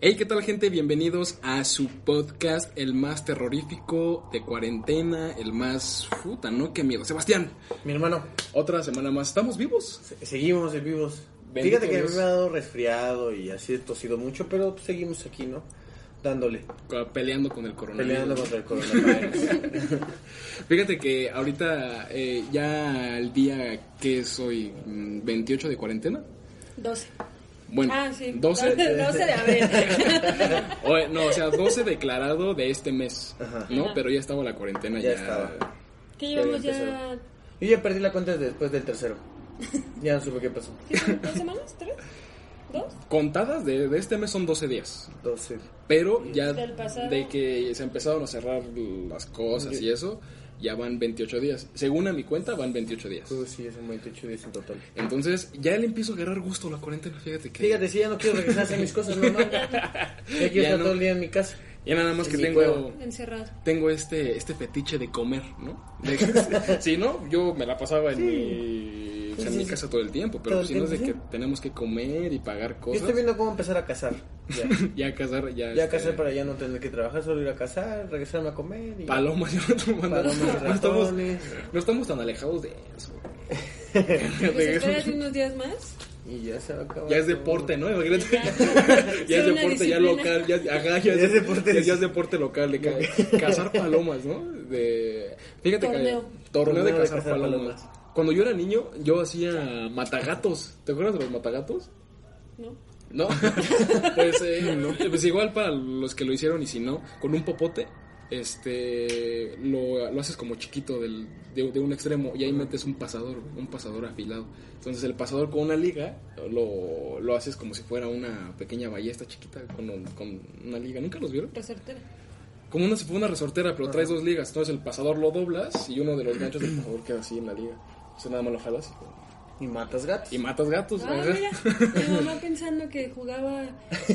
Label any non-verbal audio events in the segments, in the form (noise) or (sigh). Hey, ¿qué tal gente? Bienvenidos a su podcast, el más terrorífico de cuarentena, el más... Puta, no, qué miedo. Sebastián, Mi hermano, otra semana más. ¿Estamos vivos? se- seguimos de vivos. Bendito Fíjate que Dios. me ha dado resfriado y así he tosido mucho, pero pues, seguimos aquí, ¿no? Dándole, Co- Peleando con el coronavirus. peleando contra el coronavirus. (laughs) Fíjate que ahorita eh, ya el día que es hoy, mm, 28 de cuarentena. 12. Bueno, Ah, sí. (laughs) eh, 12... 12 (laughs) de abril. o- no, o sea, 12 declarado de este mes, Ajá. ¿no? Ajá. Pero ya estaba la cuarentena. Ya estaba. que llevamos ya. empezó. Yo ya perdí la cuenta después del tercero. Ya no supe qué pasó. ¿qué son? ¿Dos semanas? ¿Tres? ¿Dos? Contadas de, de este mes son 12 días. 12. Pero ya Del pasado. de que se empezaron a cerrar las cosas y eso, ya van 28 días. Según a mi cuenta, van 28 días. Tú sí, es un 28 días en total. Entonces, ya le empiezo a agarrar gusto a la cuarentena, fíjate que... Fíjate, si ya no quiero regresar a hacer mis cosas, no, no. (laughs) Ya quiero Ya estar no. todo el día en mi casa. Ya nada más que Sí, tengo... puedo. Encerrado. Tengo este, este fetiche de comer, ¿no? (laughs) (laughs) De- sí, ¿no? Yo me la pasaba en, mi, o sea, en mi casa todo el tiempo, pero Pues si Todo el no es de que tiempo, tenemos que comer y pagar Yo estoy cosas. viendo cómo empezar a cazar. (laughs) Ya, Ya cazar, ya... ya este, cazar para ya no tener que trabajar, solo ir a cazar, regresarme a comer. Y... Palomas, (laughs) ya no tomando- Palomas y no estamos, ratones. no estamos tan alejados de (laughs) eso. (laughs) Pues espérate unos días más. Y ya se va a acabar. Ya es todo. deporte, ¿no? Imagínate. Ya, (laughs) Sí, es una deporte, ya disciplina. local. Ya, ajá, ya, Ya es deporte. ya- ya es deporte local. De ca- cazar palomas, ¿no? De, fíjate Torneo. que. Torneo de cazar, palomas. Cuando yo era niño, yo hacía matagatos. ¿Te acuerdas de los matagatos? ¿No? (laughs) ¿No? pues, eh, pues igual para los que lo hicieron y si no, con un popote. Este lo, lo haces como chiquito del, de, de un extremo y ahí metes un pasador, un pasador afilado. Entonces el pasador con una liga lo, lo haces como si fuera una pequeña ballesta chiquita con, un- con una liga. ¿Nunca los vieron? Resortera. Como una, una resortera, pero traes dos ligas. Entonces el pasador lo doblas y uno de los ganchos del pasador queda así en la liga. Entonces nada más lo jalas Y matas gatos. y matas gatos. Pues, Ah, Ajá. mira. Mi mamá pensando que jugaba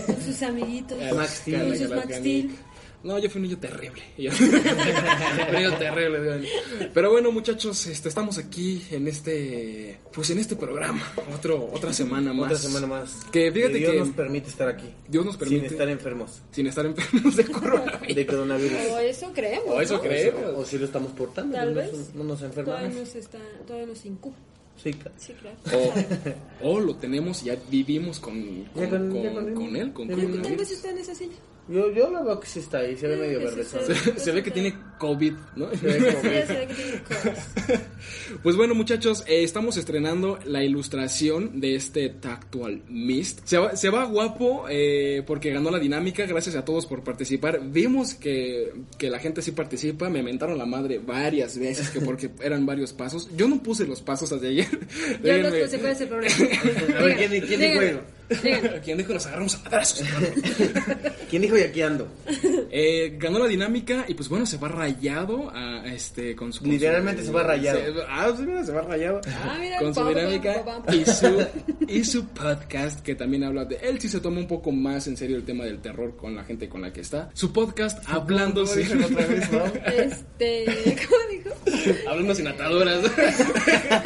con (laughs) sus amiguitos. A las Max Steel. canicas, Versus a las Max canicas. Steel. No, yo fui un niño terrible. (laughs) Yo- un niño terrible. digo. Pero bueno, muchachos, este, estamos aquí en este, pues en este programa, otro, otra semana más. Otra semana más. Que fíjate Dios que- nos permite estar aquí. Dios nos permite. Sin estar enfermos Sin estar enfermos de corona. (laughs) de coronavirus. O Oh, eso creemos. Oh, O eso ¿no? creemos. O si lo estamos portando. Tal no, vez. nos- No nos Todavía enfermamos. nos, está, todavía nos incuba. Sí, claro. Sí, claro. O, o lo tenemos y ya vivimos con, con, Ya con- ya con- con- con él, con ya Tal- Tal vez coronavirus. está en esa silla. Yo, yo la veo que sí está ahí. Se ve Creo medio que sí verdezón. (laughs) está. Se, se ve que tiene COVID, ¿no? Se ve como- Sí, ya se ve (laughs) que tiene cosas. Pues bueno, muchachos, eh, estamos estrenando la ilustración de este Tactual Mist. Se va, se va guapo eh, porque ganó la dinámica. Gracias a todos por participar. Vimos que, que la gente sí participa. Me mentaron la madre varias veces que porque (laughs) eran varios pasos. Yo no puse los pasos hasta ayer. Yo pues. las Déjenme- consecuencias del (laughs) problema. A ver, ¿quién- quién dijo díganme, díganme. ¿Quién dijo nos agarramos (laughs) a madrazos? (laughs) ¿Quién dijo y aquí ando? Eh, ganó la dinámica y pues bueno, se va rayado a, a este con su... con Literalmente su- se va rayado. se- ah, sí, mira, se va rayado. Ah, mira, con su pam, pam, dinámica pam, pam. y (laughs) su, y su podcast que también habla de... Él sí se toma un poco más en serio el tema del terror con la gente con la que está. Su podcast hablando, ¿Cómo sin, dijo la (laughs) otra vez, (laughs) no? Este, (laughs) ¿cómo dijo? hablando sin ataduras. (laughs)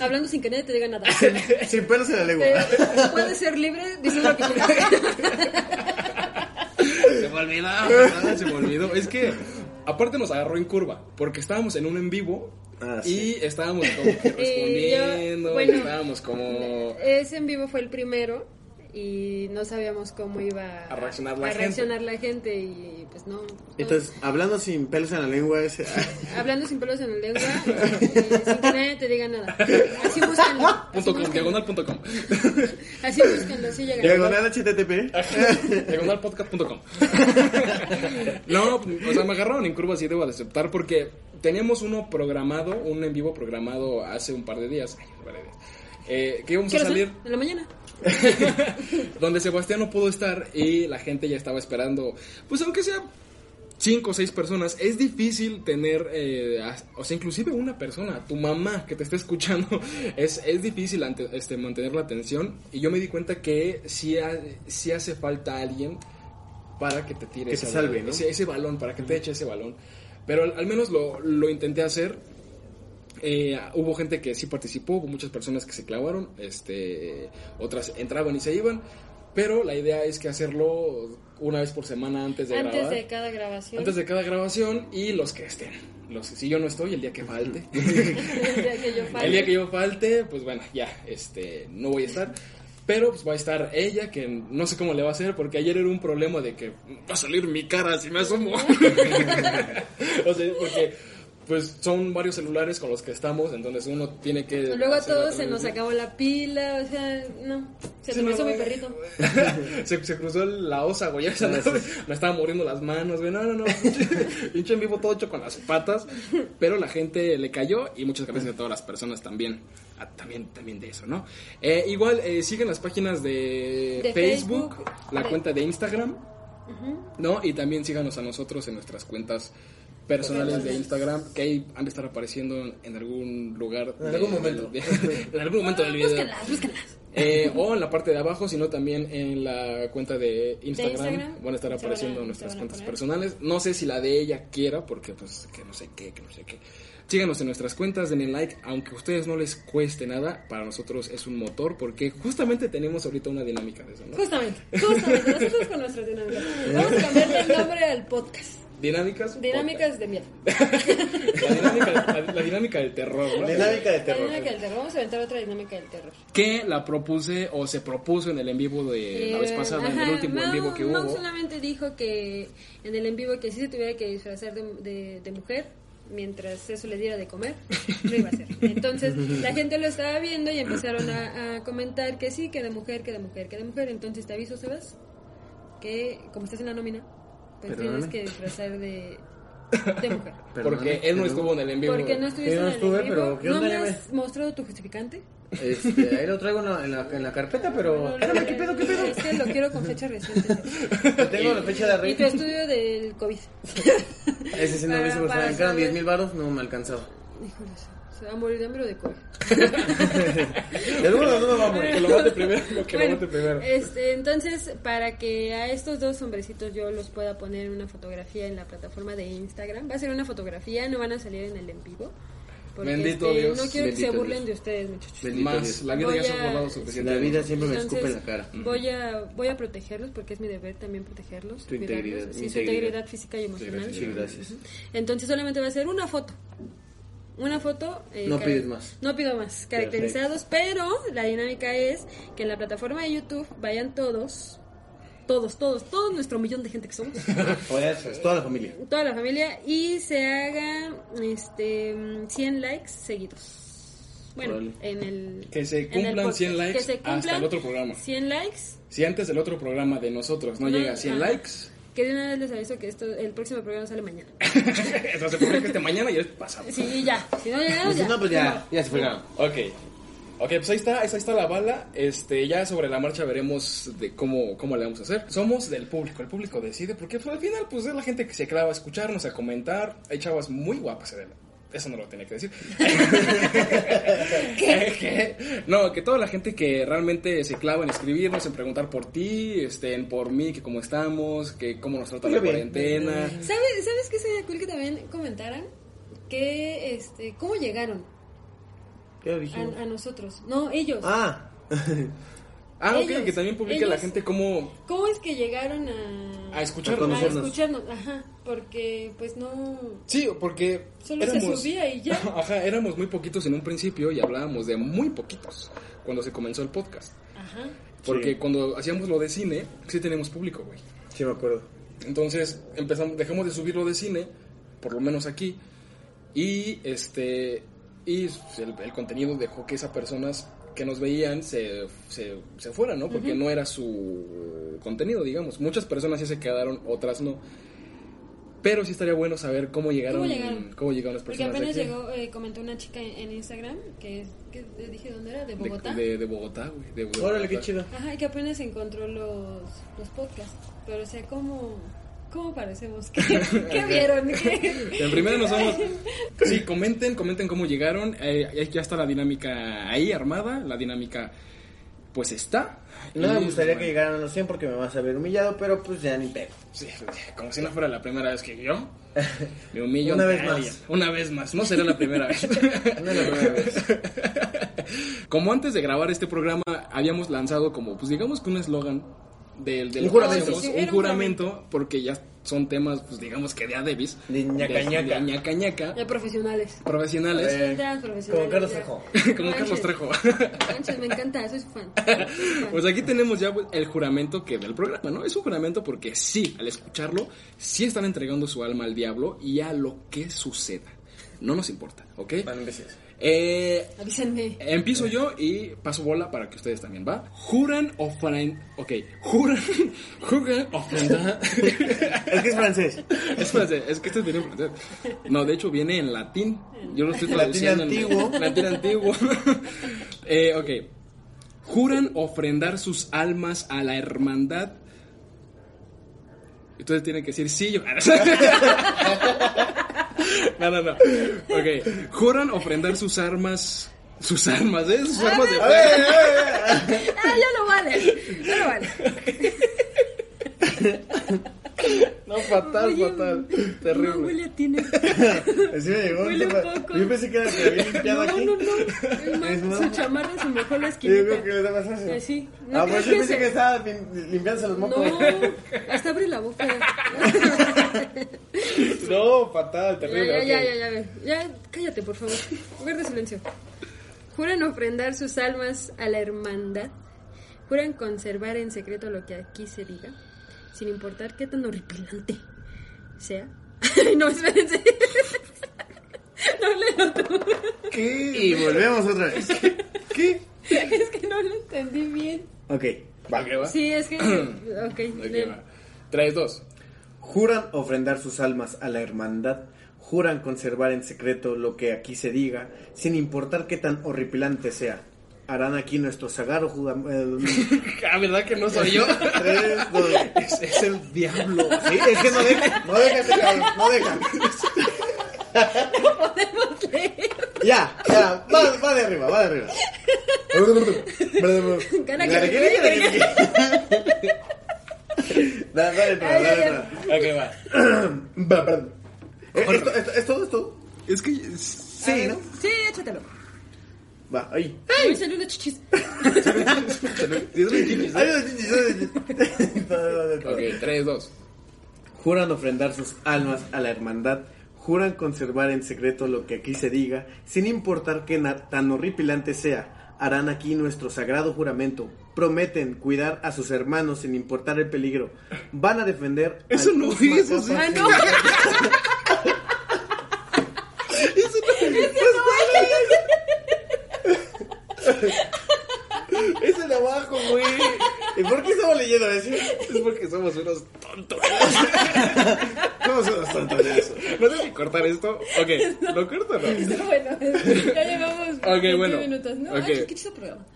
Hablando sin que nadie te diga nada. Sin- Sin pelos en la lengua. Pero puedes ser libre, dices lo (laughs) que quieras. se me (laughs) olvidó, ah, se me olvidó. Es que aparte nos agarró en curva porque estábamos en un en vivo. Ah, sí. Y estábamos (laughs) como que Y Eh, yo- respondiendo, bueno. eh, estábamos como... Ese en vivo fue el primero y no sabíamos cómo iba A reaccionar la a gente. reaccionar la gente y pues no. no. Entonces, hablando sin pelos en la lengua (laughs) es... Hablando sin pelos en la lengua, eh, sin que nadie te diga nada. Así búsquenlo. Así (laughs) Punto com, búsquenlo, diagonal punto com. así búsquenlo, sí llegan. Diagonal (laughs) HTTP. Diagonalpodcast.com. (laughs) No, o sea, me agarraron en curva, sí debo de aceptar, porque teníamos uno programado, un en vivo programado hace un par de días, ay, un par de días, eh, que íbamos a ¿Quieres salir, En la mañana. donde Sebastián no pudo estar y la gente ya estaba esperando, pues aunque sea cinco o seis personas, es difícil tener, eh, as- o sea, inclusive una persona, tu mamá que te está escuchando, (laughs) es, es difícil ante- este, mantener la atención y yo me di cuenta que sí, ha- sí hace falta alguien para que te tire Que te salve, ¿no? ese, ese balón, para que te eche ese balón. Pero al, al menos lo, lo intenté hacer. Eh, hubo gente que sí participó, hubo muchas personas que se clavaron, este, otras entraban y se iban. Pero la idea es que hacerlo una vez por semana antes de Antes grabar. de cada grabación. (laughs) antes de cada grabación y los que estén. Los, si yo no estoy, el día que falte. El día que yo falte. El día que yo falte, pues bueno, ya, este, no voy a estar. Pero pues va a estar ella, que no sé cómo le va a hacer, porque ayer era un problema de que va a salir mi cara si me asomo. (laughs) o sea, porque pues son varios celulares con los que estamos, entonces uno tiene que... Luego a hacer la todos se nos transmisión. acabó la pila, o sea, no. Se Sí, me no, hizo mi güey. perrito. (laughs) se, se cruzó la osa, güey. ya sabes, me estaba muriendo las manos, güey. No, no, (laughs) no. pinche- Pinche en vivo todo hecho con las patas. Pero la gente le cayó y muchas gracias a todas las personas también. Ah, también, también de eso, ¿no? Eh, igual eh, siguen las páginas de, De Facebook, Facebook, la de- cuenta de Instagram, Ujú. ¿no? Y también síganos a nosotros en nuestras cuentas personales de Instagram que ahí han de estar apareciendo en algún lugar En de- algún momento. de- (laughs) en algún momento del video Búsquenlas, búsquenlas. eh, o en la parte de abajo, sino también en la cuenta de Instagram, Instagram. van a estar Se van a- apareciendo se nuestras van a cuentas poner. personales. No sé si la de ella quiera, porque pues que no sé qué, que no sé qué. Síganos en nuestras cuentas, denle like, aunque a ustedes no les cueste nada, para nosotros es un motor, porque justamente tenemos ahorita una dinámica de eso, ¿no? Justamente, justamente, nosotros con nuestras dinámicas. Vamos a cambiarle el nombre al podcast. Dinámicas. Dinámicas de miedo. podcast. La dinámica, la- la dinámica del terror, ¿no? Dinámica de La terror. dinámica del terror. Vamos a inventar otra dinámica del terror. Que la propuse o se propuso en el en vivo de la vez Eh, pasada, en el ajá, último en Mau- vivo que Mau hubo. solamente dijo que en el en vivo que sí se tuviera que disfrazar de, de- de mujer mientras eso le diera de comer, lo iba a (laughs) hacer. Entonces la gente lo estaba viendo y empezaron a, a comentar que sí, que de mujer, que de mujer, que de mujer. Entonces te aviso, Sebas, que como estás en la nómina, pues tienes Perdóname. que disfrazar de, (laughs) de mujer. Porque él no estuvo en el en vivo. eh, Porque no estuviste Yo no en el estuve, en vivo. pero ¿qué ¿No onda, me ya me- has mostrado tu justificante? Este, ahí lo traigo en la, en la- en la carpeta, pero. (laughs) Espérame, ¿qué pedo, qué pedo? Es que lo quiero con fecha reciente. Tengo la fecha de Y tu rey. estudio del COVID. Ese sí no lo Para- hice, porque para me quedan saber. 10 mil baros, no me alcanzaba. Híjole, se va a morir de hambre o (laughs) de COVID. De alguna manera va a morir. Que lo mate primero, que lo Bueno, mate primero. este, entonces, para que a estos dos hombrecitos yo los pueda poner una fotografía en la plataforma de Instagram, va a ser una fotografía, no van a salir en el en vivo. Porque Bendito este, Dios, no quiero que se bendito burlen Dios. de ustedes, muchachos. Bendito Más, Dios. la vida Voy ya se ha a- burlado suficiente. La de vida nosotros. siempre me escupe en Entonces, la cara. Voy a, voy a protegerlos porque es mi deber también protegerlos. Tu cuidarlos, integridad, sí, su integridad. integridad física y emocional. Sí, gracias. Entonces solamente va a ser una foto. Una foto. eh, No cara- pides más. No pido más. Caracterizados, pero la dinámica es que en la plataforma de YouTube vayan todos, todos, todos, todo nuestro millón de gente que somos, O eso, Pues, es toda la familia. toda la familia, y se hagan este, mm, 100 likes seguidos. Bueno, Órale. en el. Que se en el cumplan podcast. 100 likes Que se hasta cumplan el otro programa. 100 likes. Si antes del otro programa de nosotros no, No, llega a 100 ajá. likes, (laughs) Que de una vez les aviso que esto, el próximo programa sale mañana. eso se publica este mañana y es pasado. Sí, y ya. Si no llegaron, Ah, ya. No, pues ya, ya se fue. Ok. Ok, pues ahí está, ahí está la bala. Este, ya sobre la marcha veremos de cómo, cómo le vamos a hacer. Somos del público, el público decide, porque pues, al final pues es la gente que se clava a escucharnos, a comentar. Hay chavas muy guapas, Adela. Eso no lo tenía que decir. (laughs) ¿Qué? No, que toda la gente que realmente se clava en escribirnos, en preguntar por ti, este, en por mí, que cómo estamos, que cómo nos trata Muy la bien. cuarentena. ¿Sabes, ¿Sabes qué sería cool que también comentaran? Que, este, ¿cómo llegaron ¿Qué a, dijimos? a nosotros? No, ellos. Ah, Ah, ok, Ellos, que también publique la ellos. gente cómo ¿Cómo es que llegaron a, a escucharnos. A conocer. conocernos. escucharnos? Ajá, porque pues no... Sí, porque Solo se subía y ya. (laughs) Ajá, éramos muy poquitos en un principio y hablábamos de muy poquitos cuando se comenzó el podcast. Ajá. Porque Sí. cuando hacíamos lo de cine, sí teníamos público, güey. sí me acuerdo. Entonces, empezamos, dejamos de subir lo de cine, por lo menos aquí, y este y el, el contenido dejó que esas personas que nos veían se, se, se fueran, ¿no? Porque no era su contenido, digamos. Muchas personas sí se quedaron, otras no. Pero sí estaría bueno saber cómo llegaron, ¿Cómo llegaron? cómo llegaron las Porque personas. de apenas aquí. llegó, eh, comentó una chica en, en Instagram, que es, que le dije dónde era, de De- Bogotá. De, de Bogotá, güey. de Bogotá. Órale, qué chido. Ajá, y que apenas encontró los, los podcasts. Pero o sea, ¿cómo, cómo parecemos? (laughs) ¿Qué, qué (laughs) vieron? ¿Qué? En primera nos vamos. Sí, comenten, comenten cómo llegaron. Eh, ya- ya está la dinámica ahí armada. La dinámica, pues está. No Y, me gustaría bueno, que llegaran a los 100 porque me vas a ver humillado, pero pues ya ni pedo. sí, como si no fuera la primera vez que yo (laughs) me humillo. Una ante vez más. alguien. Una vez más. No será la primera (laughs) vez. (laughs) No es la primera (laughs) vez. Como antes de grabar este programa, habíamos lanzado como, pues digamos que un eslogan del, del Un juramento. digamos, Sí, sí, un era un juramento, porque ya son temas, pues digamos que de Adebis. De ñaca de- ñaca. de ñaca ñaca, Ya profesionales. Profesionales. Eh, como Resulta profesionales, Carlos ya. Trejo. (laughs) Como Carlos Manches. Trejo. Manches, me encanta, soy su fan. (laughs) Soy su fan. (laughs) Pues aquí tenemos ya el juramento que del programa, ¿no? Es un juramento porque sí, al escucharlo, sí están entregando su alma al diablo y a lo que suceda. No nos importa, ¿ok? Van imbéciles. Eh, (laughs) Avísenme. Empiezo yo y paso bola para que ustedes también, ¿va? Juran ofrend... Ok, juran... (laughs) Juran ofrendar... Es que es (laughs) francés. Espérate, (laughs) es que este viene en francés. No, de hecho viene en latín. Yo lo estoy Latín traduciendo antiguo. en (laughs) latín antiguo. eh, ok. Juran ofrendar sus almas a la hermandad. Entonces tienen que decir sí. yo- (laughs) no, no, no. Ok. Juran ofrendar sus armas. Sus armas, ¿eh? Sus armas de A ver, a ver. Ah, ya lo vale. Ya (laughs) lo vale. No, fatal, Oye, fatal. No Terrible. huele a tine. (laughs) Así me llegó. Huele un entonces, poco. Yo pensé que era que había No, limpiado no, aquí. no. (laughs) Es más, Es más- su chamarra se mojó la esquinita. Yo creo que le pasa eso. Así. Eh, ¿No Ah, pues crees yo que pensé se- que estaba lim- limpiándose los mocos. No, hasta abre la boca. (laughs) No, fatal, ya, terrible. ya, ya, ok. ya, ya, ve. ya, cállate, por favor. Guarda silencio. Juran ofrendar sus almas a la hermandad. Juran conservar en secreto lo que aquí se diga, sin importar qué tan horripilante sea. (laughs) Ay, no, espérense. No leo tú. ¿Qué? Y volvemos otra vez. ¿Qué? Es que no lo entendí bien. Ok, va. Ok, va. Sí, (clears throat) es que. Ok. Ok, lee. va. Traes dos. Juran ofrendar sus almas a la hermandad. Juran conservar en secreto lo que aquí se diga, sin importar qué tan horripilante sea. Harán aquí nuestro sagrado juramento. (laughs) (laughs) Ah, ¿verdad que no soy yo? Tres, dos. (laughs) es, es el diablo. Sí, es que no deja, no deja, este cabrón, no deja. Podemos leer. Ya, ya, va, va de arriba, va de arriba. Gana, Gana que gana, te gana, gana. Dale, dale, Ay, dale, ay, dale. Ok, va. Va, perdón. Eh, ¿Esto, esto, ¿Es todo, es todo? Es que. A Sí, ver, ¿no? Sí, échatelo. Va, ahí. Ay, salió (laughs) una chichis. Ay, ay, ay, ay. Dale, dale, dale. Ok, 3, 2. Juran ofrendar sus almas a la hermandad, juran conservar en secreto lo que aquí se diga, sin importar que na- tan horripilante sea. Harán aquí nuestro sagrado juramento. Prometen cuidar a sus hermanos sin importar el peligro. Van a defender. Eso al no Kuzma es, eso Ah, Copa- no. (laughs) Es el abajo, güey. ¿Y por qué estamos leyendo eso? Es porque somos unos (laughs) tontos. ¿Cómo se nos salta de eso? ¿No tengo que cortar esto? Ok, ¿lo corto o no? Está (laughs) bueno, ya llevamos Ok, 20 bueno. minutos. No, Ok. ay, qué chido programa.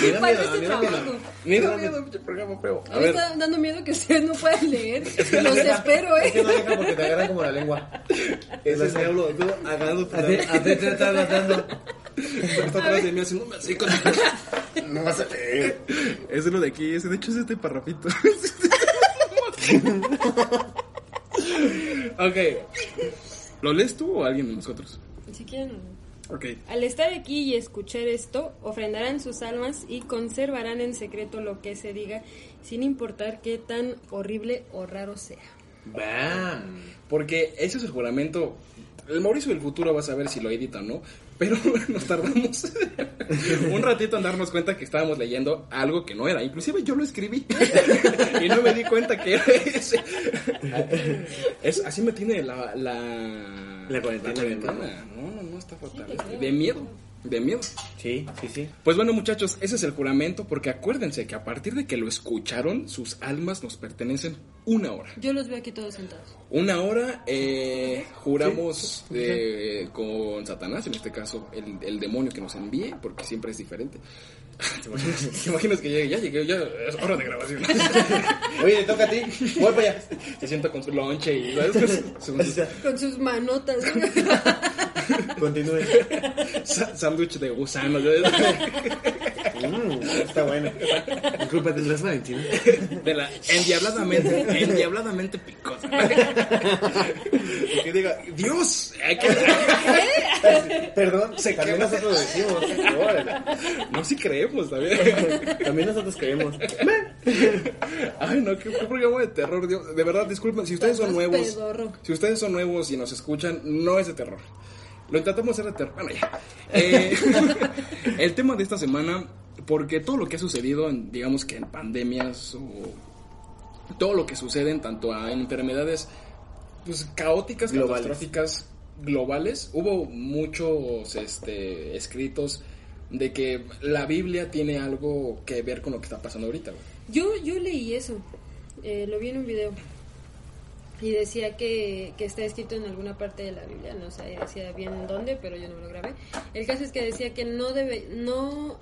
Me da Para miedo, este me da miedo. trabajo. Ni da miedo, pinche programa feo. A A mí ver, está dando miedo que ustedes no puedan leer. No Los deja- espero, Es que no ¿eh? deja porque te agarran como la lengua. Ese Ese es es el diablo. Yo agarrando tu lengua. está atrás de mí haciéndome así con. (laughs) No vas a leer. Es lo de aquí, ese, de hecho es este parrafito. ok. ¿Lo lees tú o alguien de nosotros? Si quieren. Ok. Al estar aquí y escuchar esto, ofrendarán sus almas y conservarán en secreto lo que se diga, sin importar qué tan horrible o raro sea. Bam. Porque ese es el juramento. El Mauricio del futuro va a saber si lo edita o no. Pero (laughs) nos tardamos (laughs) un ratito en darnos cuenta que estábamos leyendo algo que no era. Inclusive yo lo escribí (laughs) y no me di cuenta que era ese. Es- así me tiene la... La, La cuarentena, cuarentena. No, no, no, está fatal. De miedo, de miedo. Sí, sí, sí. Pues bueno muchachos, ese es el juramento porque acuérdense que a partir de que lo escucharon, sus almas nos pertenecen una hora. Yo los veo aquí todos sentados. Una hora eh, juramos eh, con Satanás, en este caso el, el demonio que nos envíe, porque siempre es diferente. (laughs) ¿Te (laughs) imaginas, te imaginas que llegue? Ya llegué, ya es hora de grabación. Oye, le toca a ti. (laughs) Voy para allá. Se sienta con su lonche y ¿sabes? (laughs) Su- su Con sus manotas. Continúe. sa- sándwich de gusano. ¿sabes? (laughs) Mm, está bueno. Disculpa, ¿tendrás Valentina? De la endiabladamente, (laughs) endiabladamente picosa. Y que diga, Dios, hay que, Perdón, también nosotros lo decimos. órale. No, si creemos también. También nosotros creemos. (laughs) Ay, no, qué, qué programa de terror, Dios. De verdad, disculpen, si ustedes son Más nuevos, pedorro. si ustedes son nuevos y nos escuchan, no es de terror. Lo intentamos hacer de terror. Bueno, ya. Eh, (laughs) el tema de esta semana, porque todo lo que ha sucedido, en, digamos que en pandemias o todo lo que sucede en tanto a en enfermedades pues, caóticas, Globales. catastróficas, globales, hubo muchos este, escritos de que la Biblia tiene algo que ver con lo que está pasando ahorita. güey. Yo, yo leí eso, eh, lo vi en un video y decía que, que está escrito en alguna parte de la Biblia, no sé, decía bien dónde, pero yo no me lo grabé. El caso es que decía que no debe, no...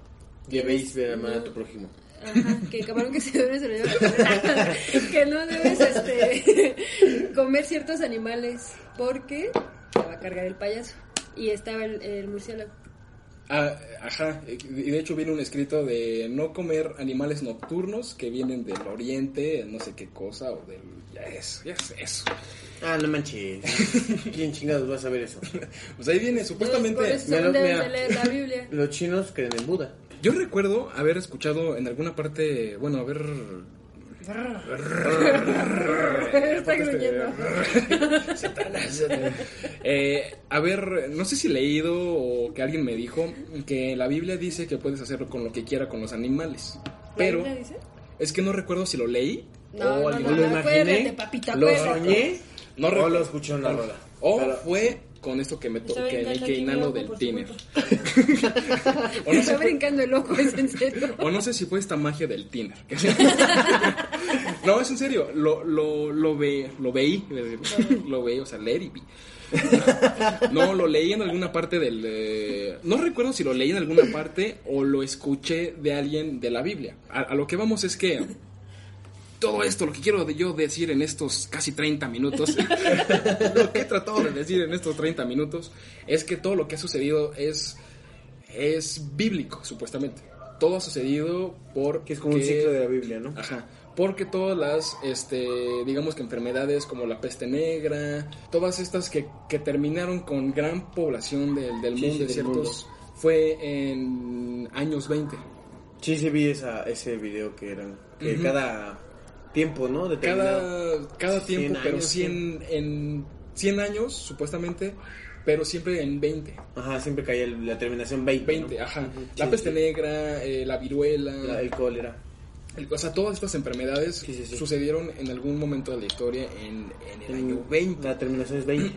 Debéis de amar a no- tu prójimo. Ajá, que cabrón que se debe se lo lleva (laughs) a comer. que no debes este, comer ciertos animales porque te va a cargar el payaso. Y estaba el, el murciélago. Ah, ajá, y de hecho viene un escrito de no comer animales nocturnos que vienen del oriente, no sé qué cosa, o del... Ya es, ya es eso. Ah, no manches. ¿Quién chingados va a saber eso? Pues ahí viene, Por supuestamente... eso me lo- deben mira. de leer la (laughs) Biblia. (laughs) Los chinos creen en Buda. Yo recuerdo haber escuchado en alguna parte, bueno, haber... este, Está este gruñendo. Satanás. (laughs) Eh, haber, no sé si leído o que alguien me dijo que la Biblia dice que puedes hacer con lo que quiera con los animales. Pero ¿La Biblia dice? es que no recuerdo si lo leí No, o no, alguien no, Oh, Lo no, imaginé, acuérdate, papito, Lo acuérdate. soñé. No o recuerdo. lo escuché en la rola. O Pero- fue con esto que me to- Está que, brincando que aquí mi inhalo ojo, del por tiner. (laughs) o, Me no está sé, fue- brincando el ojo, es en serio. o no sé si fue esta magia del tiner. (laughs) no, es en serio. Lo, lo, lo, ve, lo veí. lo veí, o sea, leer y vi. No, lo leí en alguna parte del... eh, no recuerdo si lo leí en alguna parte o lo escuché de alguien de la Biblia. A, a lo que vamos es que... Todo esto, lo que quiero de- yo decir en estos casi 30 minutos, (laughs) lo que he tratado de decir en estos 30 minutos, es que todo lo que ha sucedido es, es bíblico, supuestamente. Todo ha sucedido porque... Que es como un ciclo de la Biblia, ¿no? Ajá. Porque todas las, este, digamos que enfermedades como la peste negra, todas estas que, que terminaron con gran población del, del Sí, mundo, sí, de del ciertos, fue en años 20. Sí, sí vi esa, ese video que eran. Que Ujú. cada tiempo, ¿no? Determinado. Cada, cada 100 tiempo, pero años, 100, en 100 años, supuestamente, pero siempre en 20. Ajá, siempre caía el- la terminación 20. 20, ¿no? ajá. Ujú, La sí, peste sí. negra, eh, la viruela, La- el cólera. el- o sea, todas estas enfermedades Sí, sí, sí. sucedieron en algún momento de la historia en, en el año En- 20. La terminación es 20.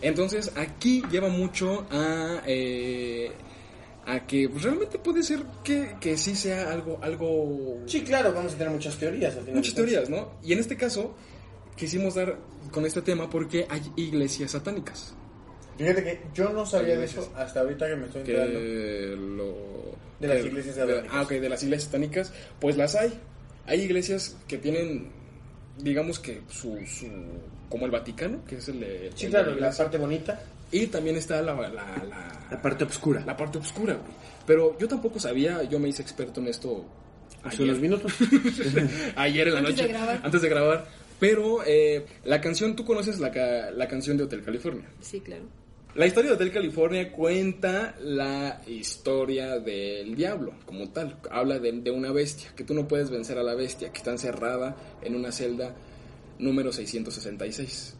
Entonces aquí lleva mucho a, eh, a que pues, realmente puede ser que, que sí sea algo... algo (clears throat) sí, claro, vamos a tener muchas teorías al final. Muchas teorías, ¿no? Y en este caso quisimos dar con este tema porque hay iglesias satánicas. Fíjate que yo no sabía de eso hasta ahorita que me estoy Que lo... De las que- iglesias de- satánicas. Ah, ok, de las iglesias satánicas, pues las hay. Hay iglesias que tienen, digamos que su... su como el Vaticano, que es el de... el de la iglesia. parte bonita. Y también está la- la- la, La parte oscura. la parte oscura, güey. Pero yo tampoco sabía, yo me hice experto en esto Hace unos ayer, (laughs) minutos. (laughs) ayer en la Antes de noche, grabar. antes de grabar. Pero eh, la canción, tú conoces la, ca- la canción de Hotel California. Sí, claro. La historia de Hotel California cuenta la historia del diablo como tal. Habla de, de una bestia, que tú no puedes vencer a la bestia, que está encerrada en una celda número 666.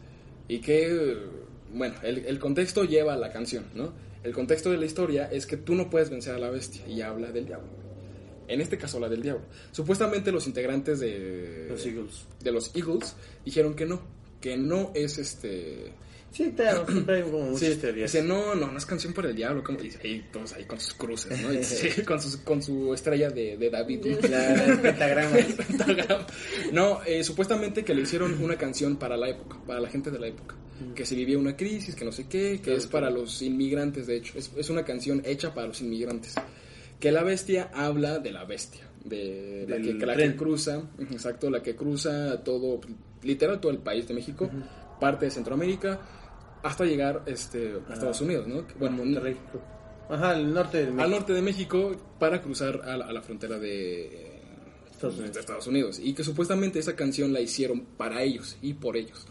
Y que, bueno, el, el contexto lleva a la canción, ¿no? El contexto de la historia es que tú no puedes vencer a la bestia y habla del diablo. En este caso, la del diablo. Supuestamente los integrantes de Los Eagles. de los Eagles dijeron que no, que no es este... Sí, claro, siempre hay como muchas Sí, teorías. Dice, no, no, no es canción para el diablo. ¿cómo? Y ahí todos ahí con sus cruces, ¿no? Y sí, con, sus- con su estrella de, de David. ¿no? La, (laughs) las pentagramas. (laughs) No, eh, supuestamente que le hicieron una canción para la época, para la gente de la época. Mm. Que se vivía una crisis, que no sé qué, que es para los inmigrantes, de hecho. Es, es una canción hecha para los inmigrantes. Que la bestia habla de la bestia, de la, Del que, que la que tren. cruza, ujú, exacto, la que cruza todo, literal todo el país de México, parte de Centroamérica, hasta llegar este, a Estados Unidos, ¿no? Bueno, Ah. Monterrey. Ajá, al norte del al México. norte de México para cruzar a la, a la frontera de Estados Unidos. de Estados Unidos. Y que supuestamente esa canción la hicieron para ellos y por ellos.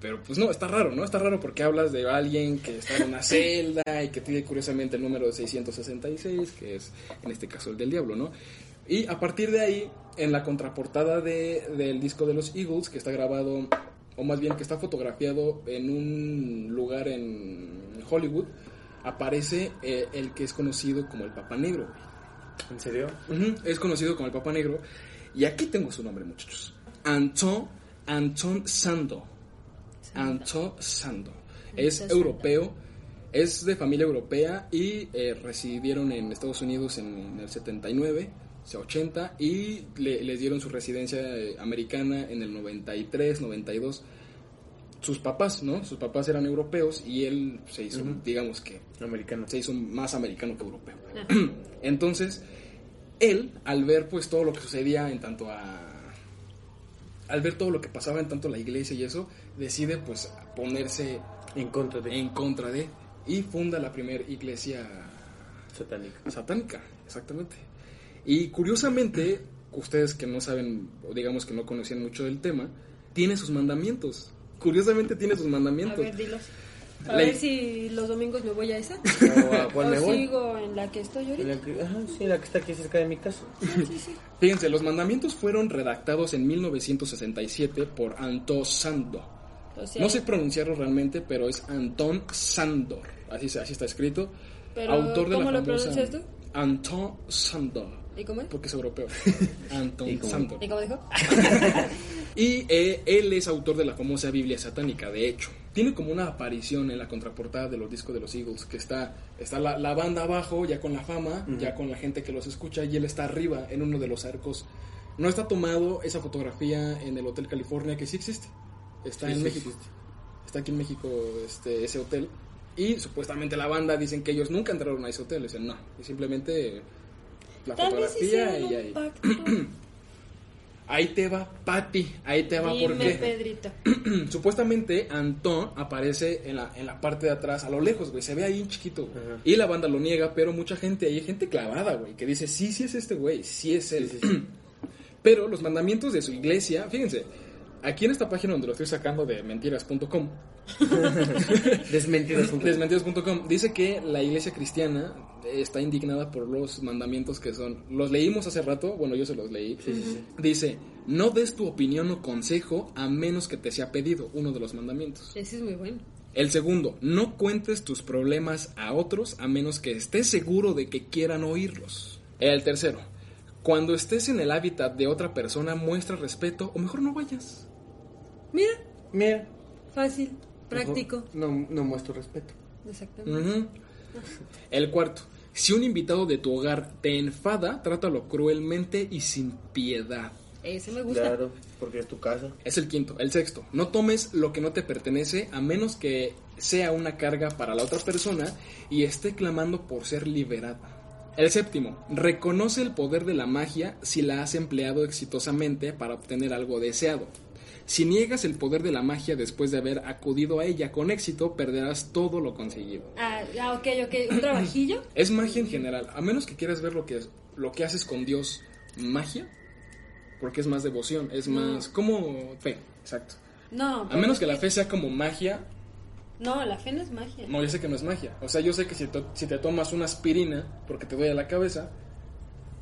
Pero pues no, está raro, ¿no? Está raro porque hablas de alguien que está en una celda y que tiene curiosamente el número de 666, que es en este caso el del diablo, ¿no? Y a partir de ahí, en la contraportada de- del disco de los Eagles, que está grabado, o más bien que está fotografiado en un lugar en Hollywood, aparece eh, el que es conocido como el Papa Negro. güey. ¿En serio? Ujú, Es conocido como el Papa Negro. Y aquí tengo su nombre, muchachos. Anton, Anton Sando. Anton Sando. Es Sando. europeo, es de familia europea y eh, residieron en Estados Unidos en, el 79, o sea, 80, y le- les dieron su residencia eh, americana en el 93, 92. Sus papás, ¿no? Sus papás eran europeos y él se hizo, digamos que, Americano. se hizo más americano que europeo. Ajá. (clears throat) Entonces, él, al ver pues todo lo que sucedía en tanto a... Al ver todo lo que pasaba en tanto la iglesia y eso, decide pues ponerse En contra de en contra de y funda la primera iglesia satánico. satánica, exactamente. Y curiosamente, ustedes que no saben, o digamos que no conocían mucho del tema, tiene sus mandamientos. Curiosamente tiene sus A mandamientos. ver, dilos. A La- ver si los domingos me voy a esa. ¿O (laughs) a cuál o me voy? sigo en la que estoy ahorita. La que- ajá, sí, la que está aquí cerca de mi casa. Sí, sí, sí. Fíjense, los mandamientos fueron redactados en 1967 por Anto Sando. O sea, No sé pronunciarlo realmente, pero es Anton Sandor. Así, se- así está escrito. Pero, ¿cómo lo pronuncias tú? Anton Sandor. ¿Y cómo es? Porque es (laughs) europeo. ¿Y Anton cómo? Sandor. ¿Y cómo dijo? Y eh, él es autor de la famosa Biblia satánica, de hecho. Tiene como una aparición en la contraportada de los discos de los Eagles, que está, está la, la banda abajo, ya con la fama, ya con la gente que los escucha, y él está arriba en uno de los arcos. No está tomado esa fotografía en el Hotel California, que sí existe. Está Sí, en sí México. existe. Está aquí en México este, ese hotel. Y supuestamente la banda dicen que ellos nunca entraron a ese hotel. Dicen, no, es simplemente la Tal vez fotografía hicieron y un ahí. pacto. (clears throat) Ahí te va, Patty. Ahí te va, ¿por Dime, qué? Pedrito. Supuestamente Antón aparece en la, en la parte de atrás, a lo lejos, güey. Se ve ahí en chiquito. güey. Ajá. Y la banda lo niega, pero mucha gente, hay gente clavada, güey, que dice, sí, sí es este güey, sí es él. (clears throat) Pero los mandamientos de su iglesia, fíjense, aquí en esta página donde lo estoy sacando de mentiras.com, (laughs) Desmentidas. un- desmentidas.com, dice que la iglesia cristiana está indignada por los mandamientos que son, los leímos hace rato, bueno, yo se los leí. Dice, no des tu opinión o consejo a menos que te sea pedido, uno de los mandamientos. Ese es muy bueno. El segundo, no cuentes tus problemas a otros a menos que estés seguro de que quieran oírlos. El tercero, cuando estés en el hábitat de otra persona, muestra respeto o mejor no vayas. Mira, Mira. fácil, práctico. No, no muestro respeto. Exactamente. Ujú. El cuarto, si un invitado de tu hogar te enfada, trátalo cruelmente y sin piedad. Ese me gusta. Claro, porque es tu casa. Es el quinto. El sexto. No tomes lo que no te pertenece a menos que sea una carga para la otra persona y esté clamando por ser liberada. El séptimo. Reconoce el poder de la magia si la has empleado exitosamente para obtener algo deseado. Si niegas el poder de la magia después de haber acudido a ella con éxito, perderás todo lo conseguido. Ah, ah, ok, ok. Un trabajillo. Es magia en general, a menos que quieras ver lo que, es, lo que haces con Dios magia, porque es más devoción, es más como fe, exacto. No. A pero menos es que la fe sea como magia, No, la fe no es magia. no, yo sé que no es magia. O sea, yo sé que si, to- si te tomas una aspirina porque te duele la cabeza,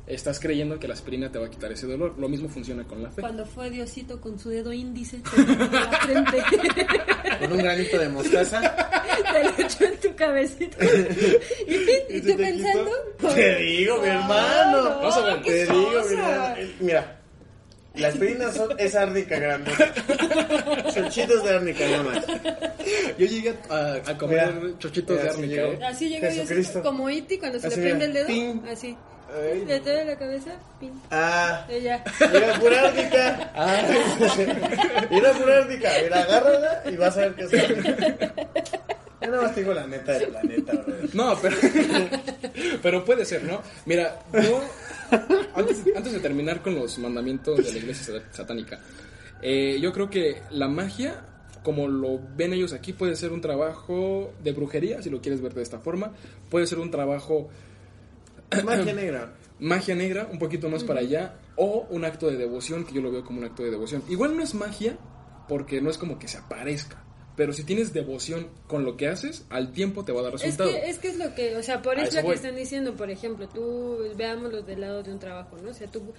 estás creyendo que la aspirina te va a quitar ese dolor. Lo mismo funciona con la fe. Cuando fue Diosito con su dedo índice, te lo echó en la frente, Con un granito de (laughs) mostaza. te lo echó en tu cabecita. (laughs) Y, fin, y tú pensando. pues, Te digo, mi hermano. No, Vamos a ver. ¿qué Te digo, cosa? mira, eh, mira. Las pirinas son esa árnica (laughs) grande. Chochitos de árnica nada más. Yo llegué a, Ah, a comer Mira, chochitos mira, de sí árnica. llegó. ¿eh? Así llegó Jesucristo. Diosito, como Iti cuando se Así, le prende el mira, dedo. pin. Así. Ay. Le trae la cabeza, pin. Ah, (laughs) Ella. mira pura árnica. Mira pura árnica. Mira, agárrala y vas a ver qué es árnica. Yo nada más te digo la neta del planeta, bro. No, pero, (laughs) pero puede ser, ¿no? Mira, yo, antes, antes de terminar con los mandamientos de la iglesia sat- satánica, eh, yo creo que la magia, como lo ven ellos aquí, puede ser un trabajo de brujería, si lo quieres ver de esta forma, puede ser un trabajo Magia negra. magia negra, un poquito más para allá, o un acto de devoción, que yo lo veo como un acto de devoción. Igual no es magia, porque no es como que se aparezca, pero si tienes devoción con lo que haces, al tiempo te va a dar Es resultado. que, es que es lo que, o sea, por A eso eso lo que voy. están diciendo, por ejemplo, tú veámoslo del lado de un trabajo, ¿no? O sea, tú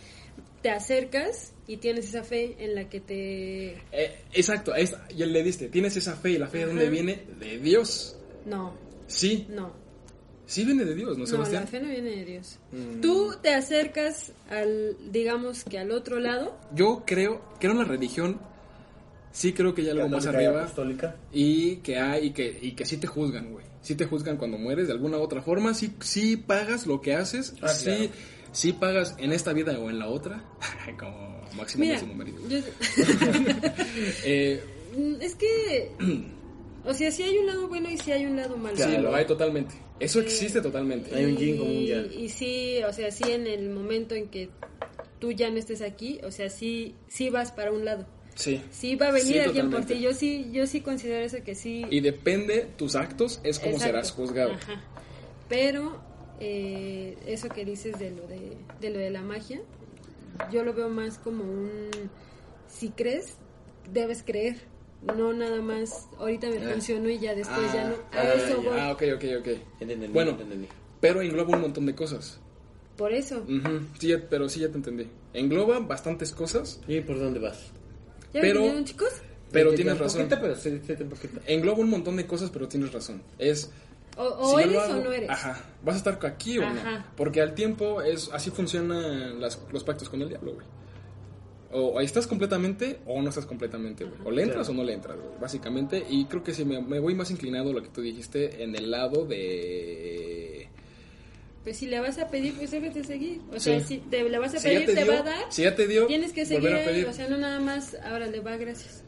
te acercas y tienes esa fe en la que te... Eh, exacto, es, ya le diste, tienes esa fe y la fe de dónde Ajá. viene? De Dios. No, Sí, no, sí viene de Dios, ¿no, no, la Sebastián? fe no viene de Dios. Mm. Tú te acercas al, digamos que al otro lado, Yo creo, creo en la religión, sí creo que ya algo más Católica y arriba. apostólica. Y que hay, y que, y que sí te juzgan, güey. Sí te juzgan cuando mueres de alguna u otra forma. Sí, sí pagas lo que haces. Ah, sí, claro. sí pagas en esta vida o en la otra. (laughs) Como máximo mira, décimo marido. (laughs) yo- Eh, Mm, es que, o sea, sí hay un lado bueno y sí hay un lado malo. Sí, Claro. lo hay totalmente. Eso existe totalmente. Hay un yin como un yang. Y, y sí, o sea, sí en el momento en que tú ya no estés aquí, o sea, sí, sí vas para un lado. Sí. Sí va a venir Sí, alguien por totalmente. ti. Yo sí, yo sí considero eso que sí. Y depende tus actos, es como Exacto. serás juzgado. Ajá. Pero eh, eso que dices de lo de, de lo de la magia, yo lo veo más como un si crees, debes creer. No nada más, ahorita me Ah. funcionó y ya después ya no. A ah, eso ya. voy. Ah, ok, ok, ok. Entendí, Bueno, entendí. pero engloba un montón de cosas. Por eso. Ujú, sí, ya- pero sí, ya te entendí. Engloba bastantes cosas, ¿Y por dónde vas? ¿Ya Pero- me entendieron, chicos? pero Vete tienes un razón. Poquito, pero sí, vete un poquito. Engloba un montón de cosas, pero tienes razón. Es O, o si yo lo eres o hago- no eres. Ajá. ¿Vas a estar aquí o no? Ajá. Porque al tiempo es así funcionan las- los pactos con el diablo, güey. O ahí estás completamente o no estás completamente, güey. O le entras Claro. o no le entras, güey, básicamente. Y creo que sí, me, me voy más inclinado a lo que tú dijiste en el lado de... Pues si le vas a pedir, pues debes de seguir. O sea, Sí. si te la vas a Si ya pedir, te, dio, va a dar. si ya te dio, Tienes que seguir, volver a pedir. o sea, no nada más, ahora le va gracias.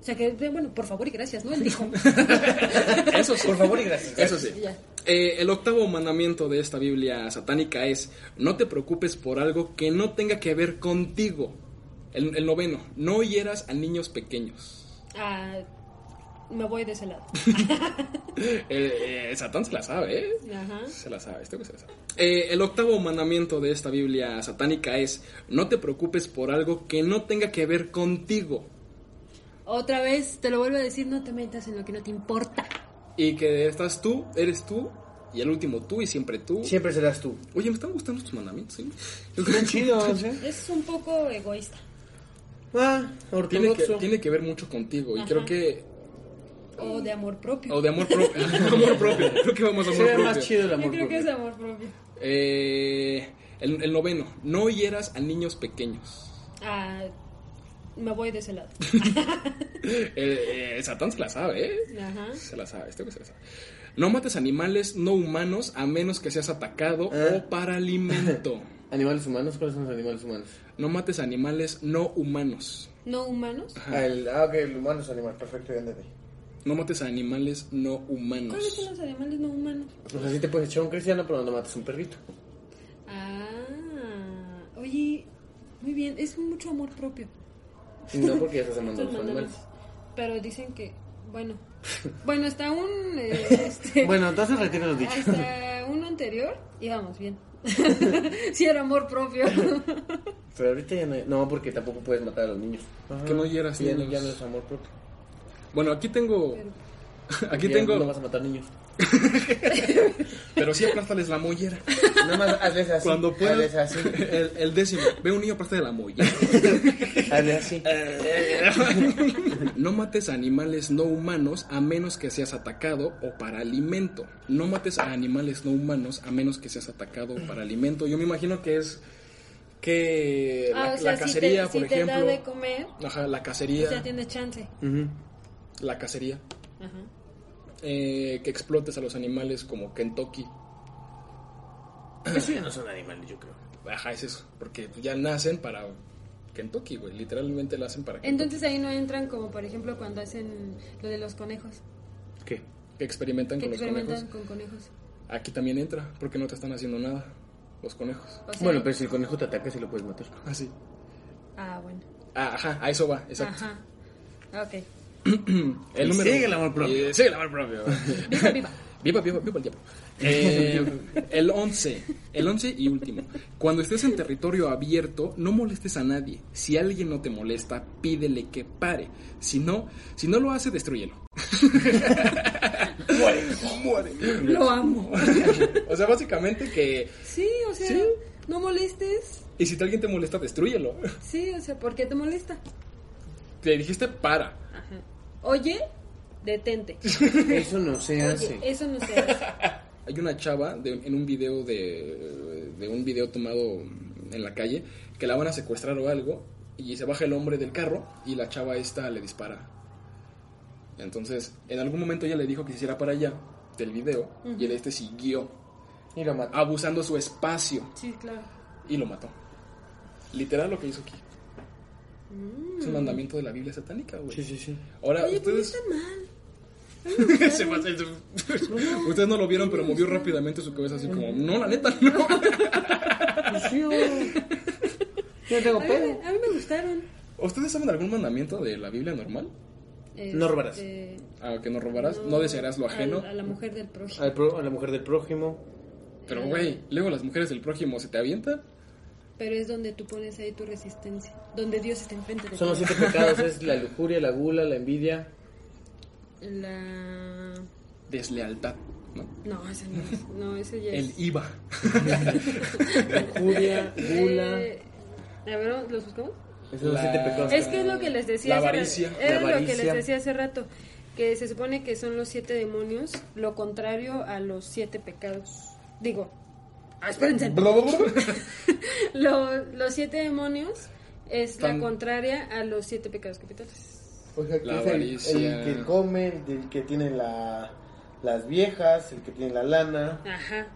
O sea, que, bueno, por favor y gracias, ¿no? Él (laughs) dijo. Eso sí. Por favor y gracias. Eso sí. Ya. Eh, el octavo mandamiento de esta Biblia satánica es, no te preocupes por algo que no tenga que ver contigo. El, el noveno, no hieras a niños pequeños. Ah, me voy de (laughs) ese lado. Eh, eh, Satán se la sabe, ¿eh? Ajá. Se la sabe, este güey se la sabe. Eh, el octavo mandamiento de esta Biblia satánica es, no te preocupes por algo que no tenga que ver contigo. Otra vez, te lo vuelvo a decir, no te metas en lo que no te importa. Y que estás tú, eres tú, y el último tú, y siempre tú. Siempre serás tú. Oye, me están gustando tus mandamientos, ¿eh? ¿sí? Están chidos, ¿eh? Es un poco egoísta. Ah, tiene que, ortodoxo. tiene que ver mucho contigo y Ajá. creo que O Oh. de amor propio. o de amor propio (laughs) amor propio creo que vamos a amor Sería propio más chido el amor Yo creo que propio. es amor propio. Eh, el, el noveno no hieras a niños pequeños (laughs) Ah, me voy de (laughs) ese lado. Eh, eh, Satán se la sabe ¿eh? Ajá. se la sabe este güey se la sabe no mates animales no humanos a menos que seas atacado Ah. o para alimento ¿Animales humanos? ¿Cuáles son los animales humanos? (laughs) no mates animales no humanos No humanos. Ah, el, ah, ok, el humano es animal. Perfecto, ya entendí. no mates a animales no ¿Cuáles son humanos los animales no humanos? O sea, sí te puedes echar un cristiano, pero no matas un perrito. Ah, oye, muy bien, es mucho amor propio. No, porque ya estás amando a Estos los animales. mandamientos. Pero dicen que, (laughs) bueno, bueno, hasta un, eh, este, Bueno, entonces retiro los dichos. hasta uno anterior íbamos bien. (laughs) sí era amor propio. Pero ahorita ya no hay- No, porque tampoco puedes matar a los niños. Que no hieras ya, niños. ya no es amor propio. bueno aquí tengo (laughs) Pero- aquí Ya tengo No vas a matar niños. pero sí aplástales la mollera Nada más hazles así. Cuando pueda. Hazles así. El, el décimo. Ve un niño aparte de la molla. Hazles así. No mates a animales no humanos a menos que seas atacado o para alimento. No mates a animales no humanos a menos que seas atacado o para alimento. Yo me imagino que es que (laughs) Ah, la, o sea, la si cacería, te, si por te da de ejemplo. Mm. comer, Ajá, la pues ya cacería. tienes chance. Ujú. La cacería. Ajá. eh, que explotes a los animales como Kentucky. Eso ya no son animales, yo creo. Ajá, es eso. Porque ya nacen para Kentucky, güey. Literalmente la hacen para Kentucky. Entonces ahí no entran como por ejemplo cuando hacen lo de los conejos, ¿Qué? que experimentan que con los conejos. experimentan con conejos. Aquí también entra, porque no te están haciendo nada los conejos. O sea, Bueno, pero si el conejo te ataca, sí lo puedes (laughs) matar. Así. Ah, bueno. Ah, ajá, a eso va, exacto. Ajá. Ok. El número Sigue el amor propio. Eh, sigue el amor propio. (laughs) Viva, viva. Viva, viva, viva el diablo. Eh, el 11, el 11 y último. Cuando estés en territorio abierto, no molestes a nadie. Si alguien no te molesta, pídele que pare. Si no, si no lo hace, destruyelo. (laughs) Muere, muere. Lo amo. (laughs) O sea, básicamente que... Sí, o sea, Sí. no molestes. Y si alguien te molesta, destruyelo. Sí, o sea, ¿por qué te molesta? Le dijiste para. Ajá. Oye, detente. Eso no se Oye, hace. eso no se hace. Hay una chava de- en un video de, de un video tomado en la calle que la van a secuestrar o algo y se baja el hombre del carro y la chava esta le dispara. Entonces, en algún momento ella le dijo que se hiciera para allá del video y el este siguió Y lo mató. abusando su espacio Sí, claro. y lo mató. Literal lo que hizo aquí. Es un mandamiento de la Biblia satánica, güey. Sí, sí, sí. Ahora Mm. Oye, pues no (laughs) ustedes está mal. se va a hacer- (laughs) ustedes no lo vieron, pero movió rápidamente su cabeza así como, "No, la neta no." Pues sí, güey. Yo no tengo A mí, pedo. me- a mí me gustaron. ¿Ustedes saben algún mandamiento de la Biblia normal? No robarás. este, Ah, que no robarás, no, desearás lo ajeno. A, a la mujer del prójimo. Al pro- a la mujer del prójimo. Pero, güey, luego las mujeres del prójimo se te avientan. Pero es donde tú pones ahí tu resistencia. Donde Dios está enfrente de Son los ti. siete (laughs) pecados, es la lujuria, la gula, la envidia. La... Deslealtad, ¿no? No, ese no es. No, ese ya El es. (laughs) IVA. Lujuria, gula. Eh, a ver, ¿los buscamos? Esos son los la- siete pecados. Es que es lo que les decía. La hace ra- avaricia. Era La lo que avaricia. les decía hace rato. Que se supone que son los siete demonios, lo contrario a los siete pecados. Digo, ah, espérense. Lo- los siete demonios es Tan- la contraria a los siete pecados capitales. O sea, que La es el- avaricia. El, que come, el del que tiene la, las viejas, el que tiene la lana, Ajá,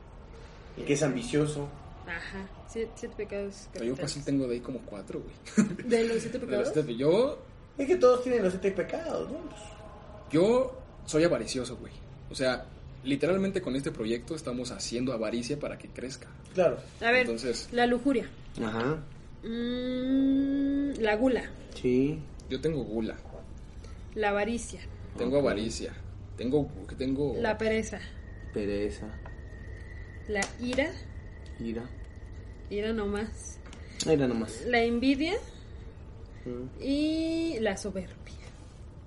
el que es ambicioso. ajá. Siete, siete pecados Yo fácil capitales. tengo de ahí como cuatro, güey. ¿De los siete De las pecados? siete- Yo, Es que todos tienen los siete pecados, ¿no? Pues, yo soy avaricioso, güey. O sea, literalmente con este proyecto estamos haciendo avaricia para que crezca. claro. A ver, Entonces- la lujuria. Ajá, Mm, la gula. sí. Yo tengo gula, La avaricia. tengo avaricia, tengo tengo La pereza. Pereza, La ira. ira. Ira nomás. Ira nomás. La envidia. Y la soberbia.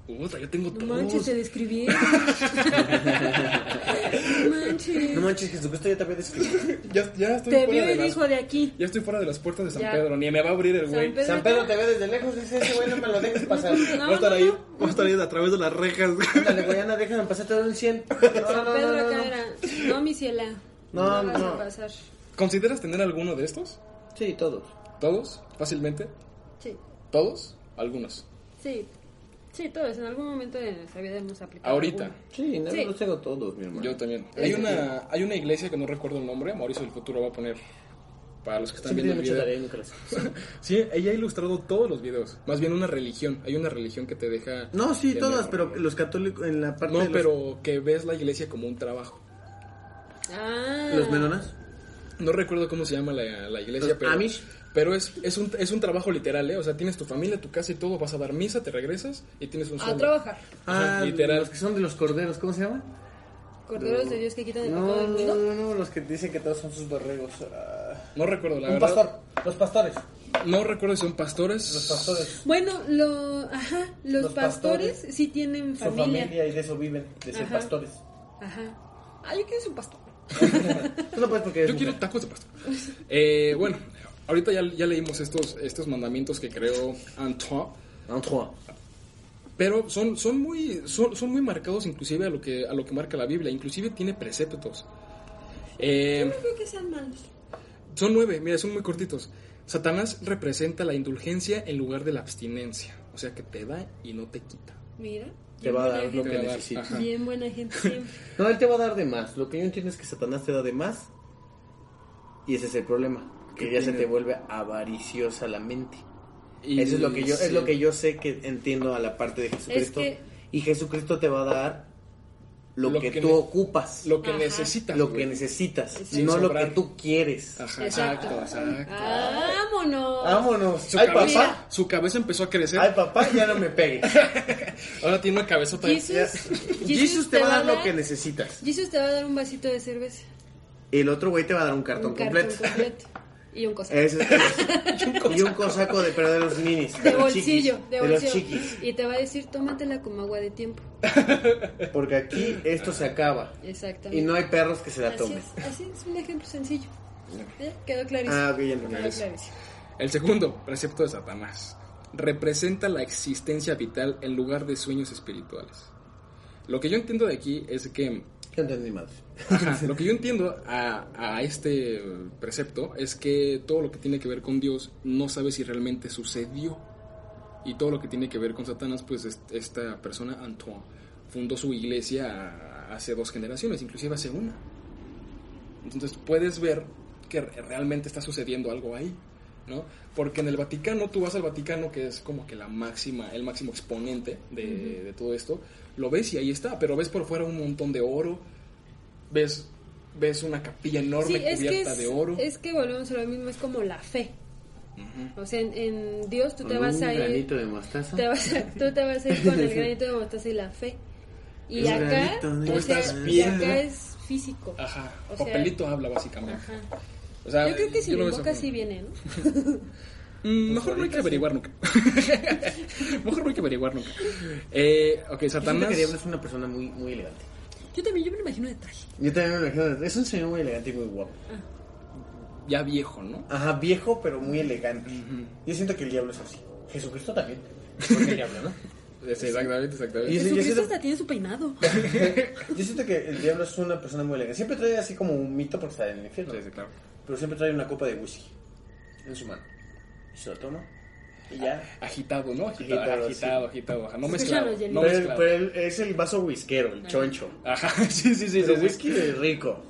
Puta, yo tengo No manches, todos. te describí. (laughs) No manches. No manches, Jesucristo ya te había descrito. Ya, ya estoy Te fuera vio de y las- dijo de aquí. Ya estoy fuera de las puertas de San Ya. Pedro, ni me va a abrir el güey. San Pedro San Pedro te ve desde lejos, dice ese güey, no me lo dejes pasar. Pues (laughs) No, va a estar no, ahí, no. va a estar ahí a través de las rejas. Ándale, güey, anda, déjame pasar todo un (laughs) 100. No, no, no, Pedro no, acá no. era, no, mi ciela. No, vas no. a pasar. ¿Consideras tener alguno de estos? Sí, todos. ¿Todos? ¿Fácilmente? Sí, ¿Todos? Algunos. sí. Sí, todos. En algún momento de nuestra vida hemos aplicado. Ahorita. alguno. Sí, no Sí. los tengo todos, mi hermano. Yo también. Hay una, hay una iglesia que no recuerdo el nombre, Mauricio del Futuro va a poner para los que están Siempre viendo tiene el mucha video. tarea y nunca las hago. (laughs) Sí, ella ha ilustrado todos los videos. Más bien una religión. Hay una religión que te deja. No, sí, tener- todas, pero los católicos en la parte No, de los, pero que ves la iglesia como un trabajo. Ah. los menonas. No recuerdo cómo se llama la, la iglesia, Los pero, Amish. pero es, es, un, es un trabajo literal, ¿eh? O sea, tienes tu familia, tu casa y todo, vas a dar misa, te regresas y tienes un A sueldo. trabajar. Ajá, Ah, literal. Los que son de los corderos, ¿cómo se llama? Corderos de Dios que quitan el pecado No, no, del mundo. no, no, los que dicen que todos son sus borregos. ah. No recuerdo, la un verdad. pastor, los pastores, No recuerdo si son pastores. los pastores. Bueno, lo, ajá, los, Los pastores, pastores. sí tienen Su familia. familia y de eso viven, de ser Ajá. pastores. Ajá. Ah, yo quiero ser un pastor. Tú no puedes pues porque eres Yo quiero mujer. tacos de pasta. Eh, bueno, ahorita ya, ya leímos estos, estos mandamientos que creó Antoine. Un trois. Pero son, son, muy, son, son muy marcados inclusive a lo, que, a lo que marca la Biblia. Inclusive tiene preceptos. Eh, No Em. creo que sean malos. Son nueve, mira, son muy cortitos. Satanás representa la indulgencia en lugar de la abstinencia. O sea, que te da y no te quita. Mira. Te bien va a buena dar lo Te gente. que va a dar, necesitas. ajá. Bien buena gente (laughs) siempre. No, él te va a dar de más. Lo que yo entiendo es que Satanás te da de más. Y ese es el problema. Que ¿Qué ya se tiene? te vuelve avariciosa la mente. Y Eso es lo que yo, es sí. lo que yo sé que entiendo a la parte de Jesucristo. que- Y Jesucristo te va a dar lo, Lo que, que tú ne- ocupas, lo, Lo que Ajá. necesitas. que güey. necesitas, Sin no lo sobrar. que tú quieres. Ajá, Exacto. exacto, exacto. ¡Vámonos! Vámonos. Su Ay, cabeza, papá. su cabeza empezó a crecer. Ay, papá, ya no me pegues. (laughs) Ahora tiene una cabezota. de- Jesus, Jesús te va a dar lo que necesitas. Jesus te va a dar un vasito de cerveza. El otro güey te va a dar un cartón Un cartón completo. completo. Y un cosaco. Ese (laughs) es todo. y un cosaco de pero de los minis. De los bolsillo, chiquis, de los bolsillo. chiquis. Y te va a decir, tómatela como agua de tiempo. Porque aquí esto se acaba. Exactamente. Y no hay perros que se la así tomen. es, así es, un ejemplo sencillo. ¿Eh? Quedó clarísimo. Ah, bien, Quedó regreso. clarísimo. El segundo, precepto de Satanás, representa la existencia vital en lugar de sueños espirituales. Lo que yo entiendo de aquí es que, Yo entendí madre. ajá, lo que yo entiendo a, a este eh, precepto es que todo lo que tiene que ver con Dios no sabe si realmente sucedió. Y todo lo que tiene que ver con Satanás, pues es- esta persona, Antoine, fundó su iglesia a- hace dos generaciones, inclusive hace una. Entonces puedes ver que re- realmente está sucediendo algo ahí, ¿no? Porque en el Vaticano, tú vas al Vaticano, que es como que la máxima, el máximo exponente de, de todo esto, lo ves y ahí está, pero ves por fuera un montón de oro, ves, ves una capilla enorme Sí, es que, cubierta es, de oro. es que volvemos a lo mismo, es como la fe. Ujú. O sea, en, en Dios tú te Con vas un a ir, granito de mostaza. te vas a- tú te vas a (laughs) ir con el granito de mostaza y la fe. Y Un acá, granito de o sea, mostaza. y acá es físico. Ajá, O sea- papelito habla básicamente. Ajá. O sea, Yo creo que si lo veo esa invoca forma. sí viene, ¿no? Mm, mejor no hay que averiguar nunca. (laughs) mejor no hay que averiguar nunca. Eh, ok, Yo siento Satanás. que Diablo es una persona muy, muy elegante. Yo también, yo me lo imagino de traje. Yo también me imagino. Es un señor muy elegante y muy guapo. Ya viejo, ¿no? Ajá, viejo, pero muy elegante. Yo siento que el diablo es así. Jesucristo también. Porque el diablo, ¿no? Exactamente, exactamente. Y yo- yo Jesucristo siento- hasta tiene su peinado. Yo siento que el diablo es una persona muy elegante. Siempre trae así como un mito porque está en el infierno. Sí, sí, claro. Pero siempre trae una copa de whisky en su mano. Y se lo toma. Y ya. Agitado, ¿no? Agitado, agitado, Agitado, agitado. ajá. No mezclado. Escúchalo, Jenny. No pero, él- mezclado. pero él es el vaso whiskero, el choncho. Ajá, (laughs) sí, sí, sí. Pero sí, sí. whisky es (laughs) rico.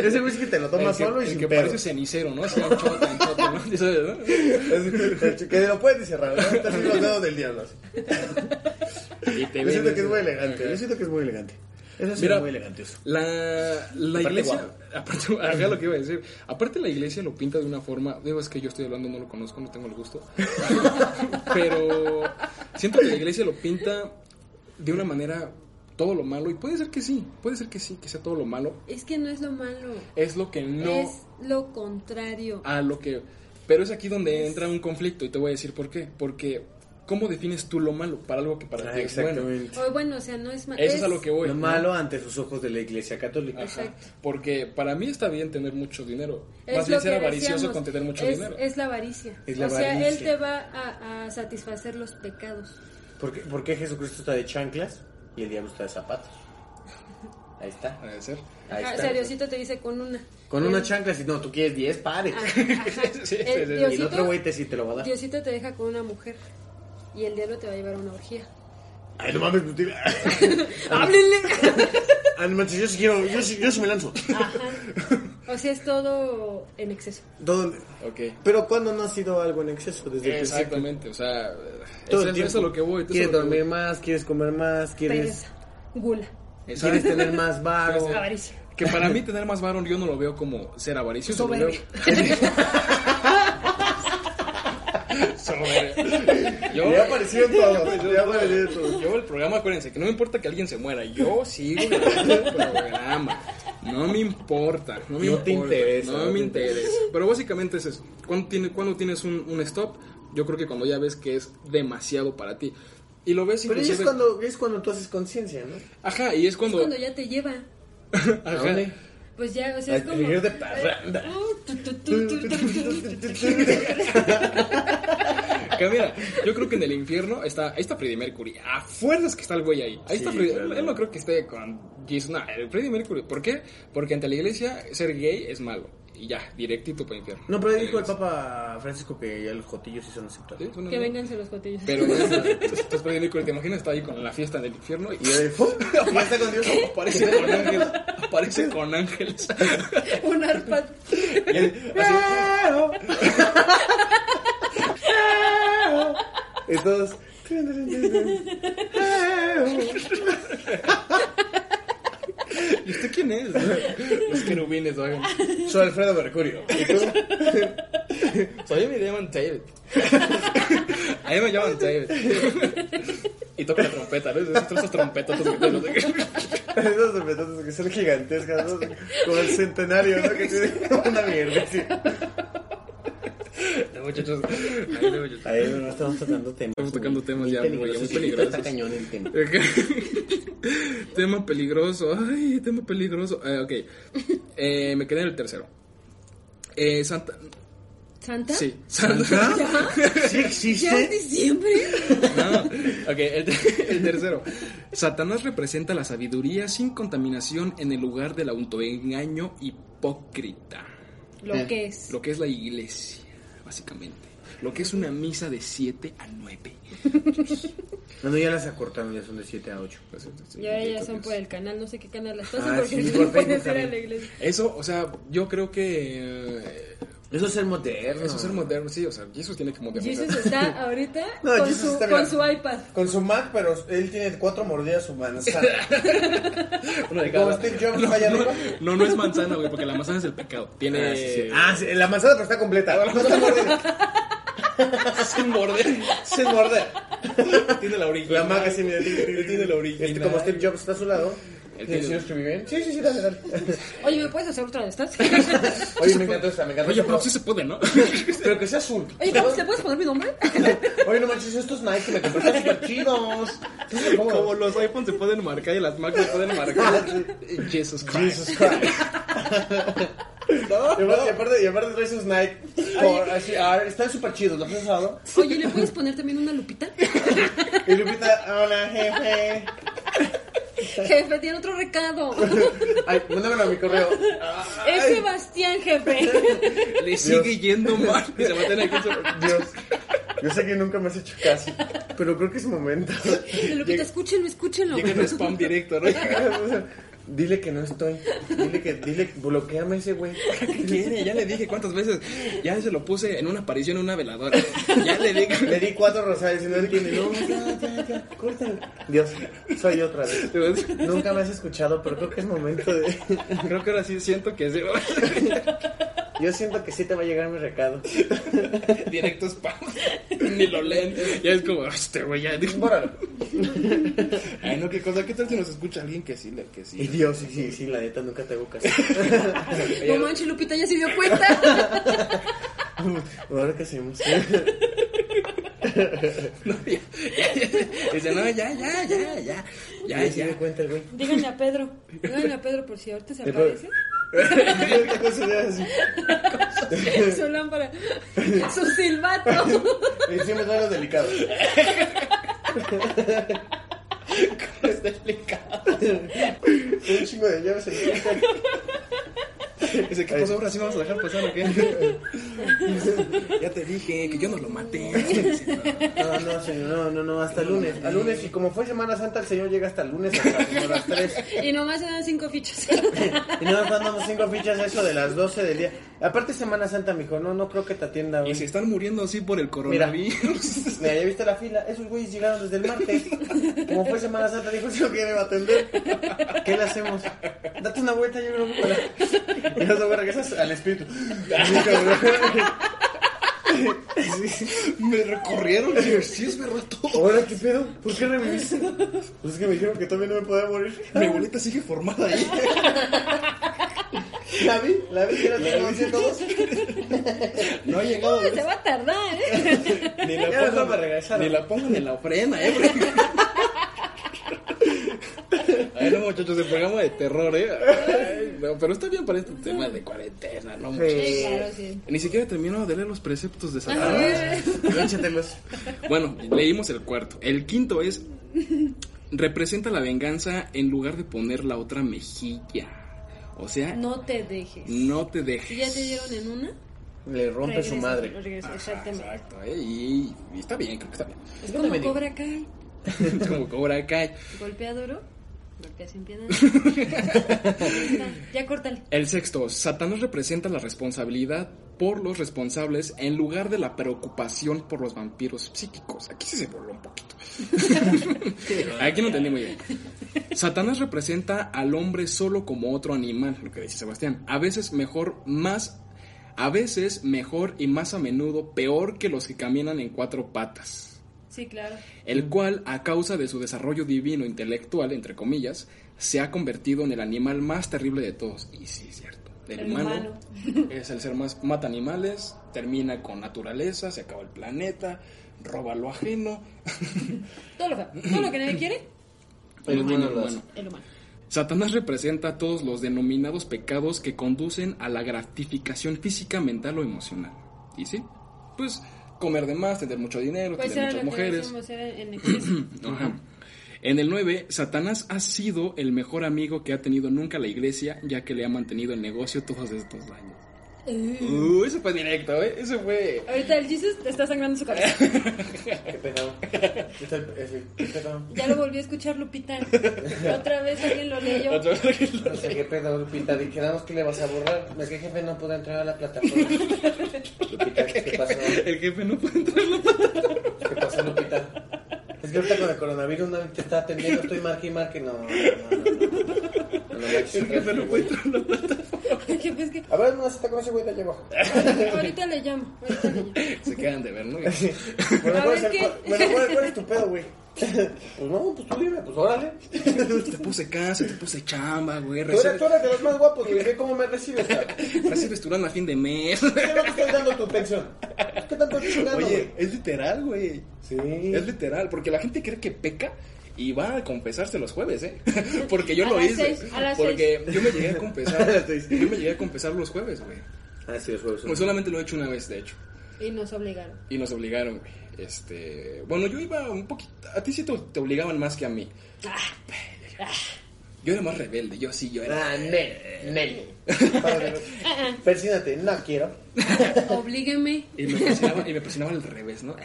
Ese whisky te lo El tomas que- solo y el sin que pedo. parece cenicero, ¿no? Así, anchote, anchote, ¿no? (laughs) Ya sabes, ¿no? (laughs) Así Que lo puedes cerrar, ¿no? Estás en los dedos del diablo. así. Y te Yo ven, siento que es ¿no? muy elegante. Yo siento que es muy elegante. Eso sí Mira, es muy elegante. eso. La, la Aparte iglesia, guapo. (laughs) aparte, acá lo que iba a decir, aparte la iglesia lo pinta de una forma, digo, es que yo estoy hablando, no lo conozco, no tengo el (laughs) gusto, pero siento que la iglesia lo pinta de una manera todo lo malo, y puede ser que sí, puede ser que sí, que sea todo lo malo, Es que no es lo malo. es lo que no Ah. Es lo contrario. a lo que... Pero es aquí donde entra un conflicto, y te voy a decir por qué, porque ¿cómo defines tú lo malo para algo que para Ah, ti es bueno? exactamente. O bueno, o sea, no es malo. Eso es a lo que voy. Lo ¿no? malo ante sus ojos de la iglesia católica. Ajá, Porque para mí está bien tener mucho dinero. Es Más lo bien ser que avaricioso decíamos, con tener mucho es, dinero. Es la avaricia. Es la o sea, avaricia. él te va a, a satisfacer los pecados. ¿Por qué, por qué Jesucristo está de chanclas y el diablo está de zapatos? Ahí está. Ha de ser. Ahí Ajá, está. o sea, Diosito te dice (laughs) con una. Con Él- una chancla, si no, tú quieres 10 pares. (laughs) Ajá, ajá. sí, sí, sí. Él- Y el Ah, Diosito- otro güey te sí te lo va a dar. Diosito te deja con una mujer. Y el diablo te va a llevar a una orgía. Ay, no mames, pues, tira. Ah. ¡Háblenle! Ay, no manches, yo sí quiero, yo sí, yo sí me lanzo. Ajá. O sea, es todo en exceso. ¿Dónde? Ok. Pero cuando no ha sido algo en exceso desde el principio? Exactamente. O sea, Todo eso, el tiempo. eso es lo que voy. eso es Quieres lo que dormir voy. más, quieres comer más, quieres, Pereza. Gula. quieres tener (laughs) más varo. Avaricia. Que para mí tener más varón yo no lo veo como ser avaricioso. Soberbio. lo veo- (laughs) (laughs) Soberbio. Yo, Ya aparecieron todos, ya aparecieron todos. yo el programa, acuérdense, que no me importa que alguien se muera. Yo sigo grabando el programa. No me importa. No, me No te importa, interesa, No, no me te interesa. Pero básicamente es eso. Cuando, tiene, cuando tienes un, un stop, yo creo que cuando ya ves que es demasiado para ti. Y lo ves Pero ahí inclusive... es cuando, es cuando tú haces conciencia, (laughs) ¿no? Ajá, y es Es cuando... cuando ya te lleva. Ajá. dónde? Pues ya, o sea, es Al como. ir de parranda. Uh, tu, tu, tu, tu, tu, tu, tu, tu, tu. (laughs) Que mira, yo creo que en el infierno está, ahí está Freddie Mercury. A fuerzas que está el güey ahí. Ahí está Sí, Freddie. claro. Él no creo que esté con Jesus. No, el Freddie Mercury. ¿Por qué? Porque ante la iglesia ser gay es malo. Y ya, directito para el infierno. No, pero dijo el Papa Francisco que el jotillo sí son aceptables. Sí, suena Que bien. venganse los cotillos. Pero entonces Freddie Mercury, ¿te imaginas? Está ahí con la fiesta del infierno y Y yo de, ¡pum! (laughs) Ya está con Dios. aparece con ángeles. (laughs) Aparece con ángeles. Un arpa. Y él, así, Y todos. ¿Y usted quién (laughs) es? Los querubines, oigan. Soy Alfredo Mercurio. ¿Y tú? Soy me llaman David. (laughs) A mí me llaman David. Y toco la trompeta, ¿ves? Esos trozos trompetas que tengo. Esos sorpresas que son gigantescas, ¿no? como el centenario, ¿no? Que tiene como una mierda. sí. Ay, Muchachos, ay, no, muchachos. A ver, no estamos tocando temas. Estamos tocando temas ya muy, muy sí, peligrosos. Está cañón el tema. (laughs) tema peligroso, ay, tema peligroso. Eh, ok, Eh, me quedé en el tercero. Eh, Santa. ¿Santa? Sí, Santa. (laughs) ¿Sí ¿Ya es existe? diciembre? No, ok, el, te- el tercero. Satanás representa la sabiduría sin contaminación en el lugar del autoengaño hipócrita. Lo Eh, que es. Lo que es la iglesia, básicamente. Lo que es una misa de 7 a 9. No, no, ya las acortaron, ya son de 7 a 8. Y ahora ya son pues- por el canal, no sé qué canal las pasan Ah, sí, porque no por pueden Facebook ser a la también. iglesia. Eso, o sea, yo creo que. eh, Eso es ser moderno. eso es ser moderno, sí, o sea, Jesús tiene que modernizar. Jesus está ahorita No, con, Jesus su, está con bien. su iPad. Con su Mac, pero él tiene cuatro mordidas (laughs) su manzana. Uno de Como cada. Steve Jobs allá arriba. (laughs) No, no es manzana, güey, porque la manzana es el pecado. Tiene. Ah, sí, sí. Ah, sí, (laughs) la manzana pero está completa. No está mordida. Sin morder. Sin morder. Tiene la orilla. La Mac así, mira. Él tiene la original. Este, como Steve Jobs está a su lado. Él ¿El tiene- ¿Sí lo escribí bien? Sí, sí, sí, dale, dale. Oye, ¿me puedes hacer otra de estas? (laughs) Oye, me encantó esta, me encantó Oye, esta. pero sí se puede, (laughs) ¿no? Pero que sea azul. Oye, ¿cómo- ¿le puedes poner mi nombre? Oye, no manches, estos Nike me compraste están súper chidos. Entonces, ¿cómo? Como los iPhones se pueden marcar y las Macs se pueden (laughs) marcar. Jesus Christ. Jesus Christ. No, Y aparte- y aparte, y aparte trae sus Nike. Por, así, ah, están súper chidos, ¿los has usado? Oye, ¿le puedes poner también una lupita? Y Lupita, hola, jefe. Jefe, tiene otro recado. Ay, mándamelo a mi correo. Es Sebastián, jefe. Le sigue yendo mal. Y se va a tener que. (laughs) Dios, yo sé que nunca me has hecho caso, pero creo que es momento. Lupita, escúchenlo, escúchenlo. Llega en spam directo, ¿no? Dile que no estoy. Dile que, dile, bloqueame ese güey. ¿Qué quiere? Ya le dije cuántas veces. Ya se lo puse en una aparición en una veladora. Ya le dije. Le di cuatro rosales y no entiende. No, ya, ya, ya, córtale. Dios, soy yo otra vez. Nunca me has escuchado, pero creo que es momento de. Creo que ahora sí siento que es Yo siento que sí te va a llegar mi recado. (laughs) directo spam. Ni lo leen. Ya es como, este güey, ya dijo. Bórralo. Ay, no, qué cosa. ¿Qué tal si nos escucha alguien que sí le, que Y sí? Dios, sí, sí, sí, la neta, nunca te hago caso. No manches, Lupita ya se dio cuenta. Ahora qué hacemos. No, ya, ya, ya. (laughs) Dice, no, ya, ya, ya, ya. Ya, Ya, ya. me ya. cuenta el güey. Díganle a Pedro. Díganle a Pedro por si ahorita se Pedro. aparece. Ahorita con su dedo así. (laughs) Su lámpara. Su silbato. Y Siempre son los (laughs) delicados. Es delicado. Un chingo de llaves en el Dice, ¿qué pasó ahora? ¿Sí vamos a dejar pasar o qué? Ya te dije que yo no lo (laughs) maté. No, no, señor, no, no, no, hasta el lunes. Al lunes, y como fue Semana Santa, el señor llega hasta el lunes hasta como las 3. Y nomás se dan cinco fichas. (laughs) Y no nos mandamos cinco fichas eso de las 12 del día. Aparte, Semana Santa, mijo, no, no creo que te atienda, Y güey. se están muriendo así por el coronavirus. (laughs) Mira, ya viste la fila, esos güeyes llegaron desde el martes. Como fue Semana Santa, dijo, yo que me va a atender. ¿Qué le hacemos? Date una vuelta, yo creo que para... Y luego regresas al espíritu. Sí, sí. Me recorrieron. dije, Sí, es verdad todo. Ahora, ¿qué pedo? ¿Por qué reviviste? Pues es que me dijeron que todavía no me podía morir. Mi abuelita sigue formada ahí. ¿La vi? ¿La vi? que ¿Era la 902? No ha llegado. Uy, Se va a tardar, ¿eh? Ni (laughs) la Ya nos pongan, vamos a regresar. ni la pongan en la ofrenda, eh. A ver, no, muchachos, el programa de terror, eh. Ay, no, pero está bien para este tema de cuarentena, ¿no? muchachos? Sí, claro, sí. Ni siquiera terminó de leer los preceptos de Satanás. Ajá. Lánchatelos. Bueno, leímos el cuarto. El quinto es representa la venganza en lugar de poner la otra mejilla. O sea, no, No te dejes. te Si dejes. ya te dieron en una, Le rompe su regresa, madre. regresa, Ajá, exactamente. Exacto, eh, y, y está bien, creo que está bien. Es Yo no me como digo. Cobra Kai. Es (laughs) como Cobra Kai. Golpea duro, golpea sin piedad. (laughs) Ya, ya córtale. El sexto, Satanás representa la responsabilidad por los responsables en lugar de la preocupación por los vampiros psíquicos. Aquí sí se voló un poquito. Aquí no entendí muy bien. Satanás representa al hombre solo como otro animal, lo que dice Sebastián. A veces mejor más, a veces mejor y más a menudo peor que los que caminan en cuatro patas. Sí, claro. El cual, a causa de su desarrollo divino intelectual, entre comillas, se ha convertido en el animal más terrible de todos. Y sí, es cierto. El, El humano, (laughs) es el ser más mata animales, termina con naturaleza, se acaba el planeta, roba lo ajeno. Todo lo, feo, todo lo que nadie quiere, El humano El lo humano. hace. el humano. Satanás representa todos los denominados pecados que conducen a la gratificación física, mental o emocional. ¿Y sí? Pues comer de más, tener mucho dinero, Pues tener era muchas lo que mujeres. decíamos, era en exceso. Ajá. En el 9, Satanás ha sido el mejor amigo que ha tenido nunca la iglesia, ya que le ha mantenido el negocio todos estos años. Uh, eso fue directo, ¿eh? Eso fue... Ahorita el Jesus te está sangrando su cabeza. Qué pecado. Es el, es el- qué pecado. Ya lo volvió a escuchar Lupita. Otra vez alguien lo leyó. Otra vez. No sé qué pedo, Lupita. Y quedamos que le vas a borrar. Es que jefe no puede entrar a la plataforma. Lupita, ¿qué pasó? (laughs) El jefe no puede entrar. ¿Qué pasó, Lupita? Es que ahorita con el coronavirus nadie te está atendiendo. Estoy marque y marque. No, no, no. no. No, no, manches, El jefe no puede entrar. (laughs) Jefe, es pues que A ver, no, se está con ese güey de allá abajo. ahorita le llamo. Ahorita le llamo. Se quedan de ver, ¿no? (laughs) Bueno, A ¿cuál ver, es, el- ¿qué? cuál- bueno, ¿cuál- cuál es tu pedo, güey? Pues no, pues tú dime, pues órale. Te puse casa, te puse chamba, güey. Tú eres, Recibes, tú eres de los más guapos, güey. Ve cómo me recibes, cabrón. recibes tu lana a fin de mes. ¿Qué no te estás dando tu pensión? ¿Qué tanto estás chingando, Oye, güey? es literal, güey. Sí. Es literal, porque la gente cree que peca y va a confesarse los jueves, ¿eh? (laughs) Porque yo A lo las hice. seis, a las porque yo me llegué a confesar. (laughs) A las seis. yo me llegué a confesar los jueves, güey. Ah, sí, los juegos. son- Pues solamente lo he hecho una vez, de hecho. Y nos obligaron. Y nos obligaron, güey. Este, bueno, yo iba un poquito. A ti sí te, te obligaban más que a mí. Ah. Yo era más rebelde, yo sí, yo era. Ah, nel, nel. (laughs) Padre, Persínate, no quiero. Oblígueme. Y me presionaba, y me presionaba al revés, ¿no?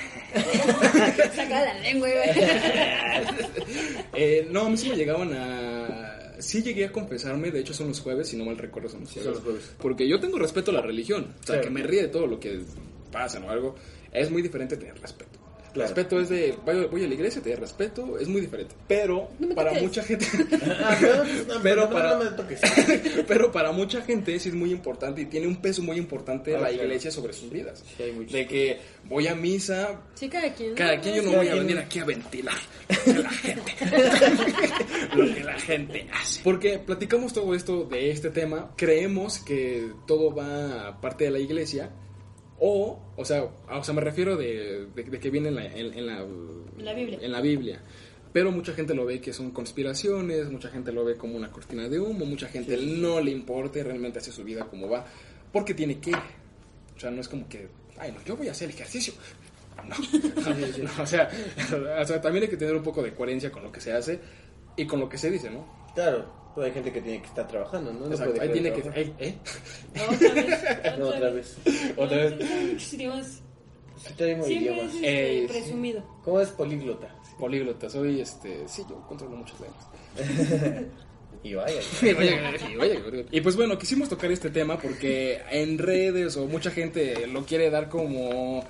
Saca la lengua, güey. (laughs) Eh, no, a mí sí me llegaban a... Sí llegué a confesarme, de hecho son los jueves, si no mal recuerdo son los jueves. son los jueves. Porque yo tengo respeto a la religión, o sea, Claro. que me ríe de todo lo que pasa o algo. Es muy diferente tener respeto. Claro. Respeto es de, voy, voy a la iglesia, te doy respeto, es muy diferente. Pero No me para toques. mucha gente... (laughs) Ah, pero, no, Pero no, para- no me toques. Pero para mucha gente sí es muy importante y tiene un peso muy importante Ah, la claro. iglesia sobre sus vidas. Sí, hay mucho. De que voy a misa, Sí, cada quien. Cada quien yo no Sí. voy a venir aquí a ventilar lo que la gente, lo que la gente hace. Porque platicamos todo esto de este tema, creemos que todo va a parte de la iglesia, o, o sea, a- o sea me refiero de, de- de que viene en la, en- en la- la Biblia. en la Biblia. Pero mucha gente lo ve que son conspiraciones, mucha gente lo ve como una cortina de humo, mucha gente no le importa y realmente hace su vida como va, porque tiene que. O sea, no es como que, ay, no, yo voy a hacer ejercicio. (laughs) No, (laughs) No, o, sea, o sea, también hay que tener un poco de coherencia con lo que se hace y con lo que se dice, ¿no? Claro, pues hay gente que tiene que estar trabajando, ¿no? No O sea, puede ahí tiene que... trabajar. ey, ¿eh? Otra vez. No, otra vez. Otra vez. Dios, Sí, tenemos Siempre idiomas. es este, Eh, sí. presumido. ¿Cómo es políglota? Políglota, soy este... Sí, yo controlo muchos lenguas. Y vaya. Y vaya, y vaya. Y pues bueno, quisimos tocar este tema porque en redes o mucha gente lo quiere dar como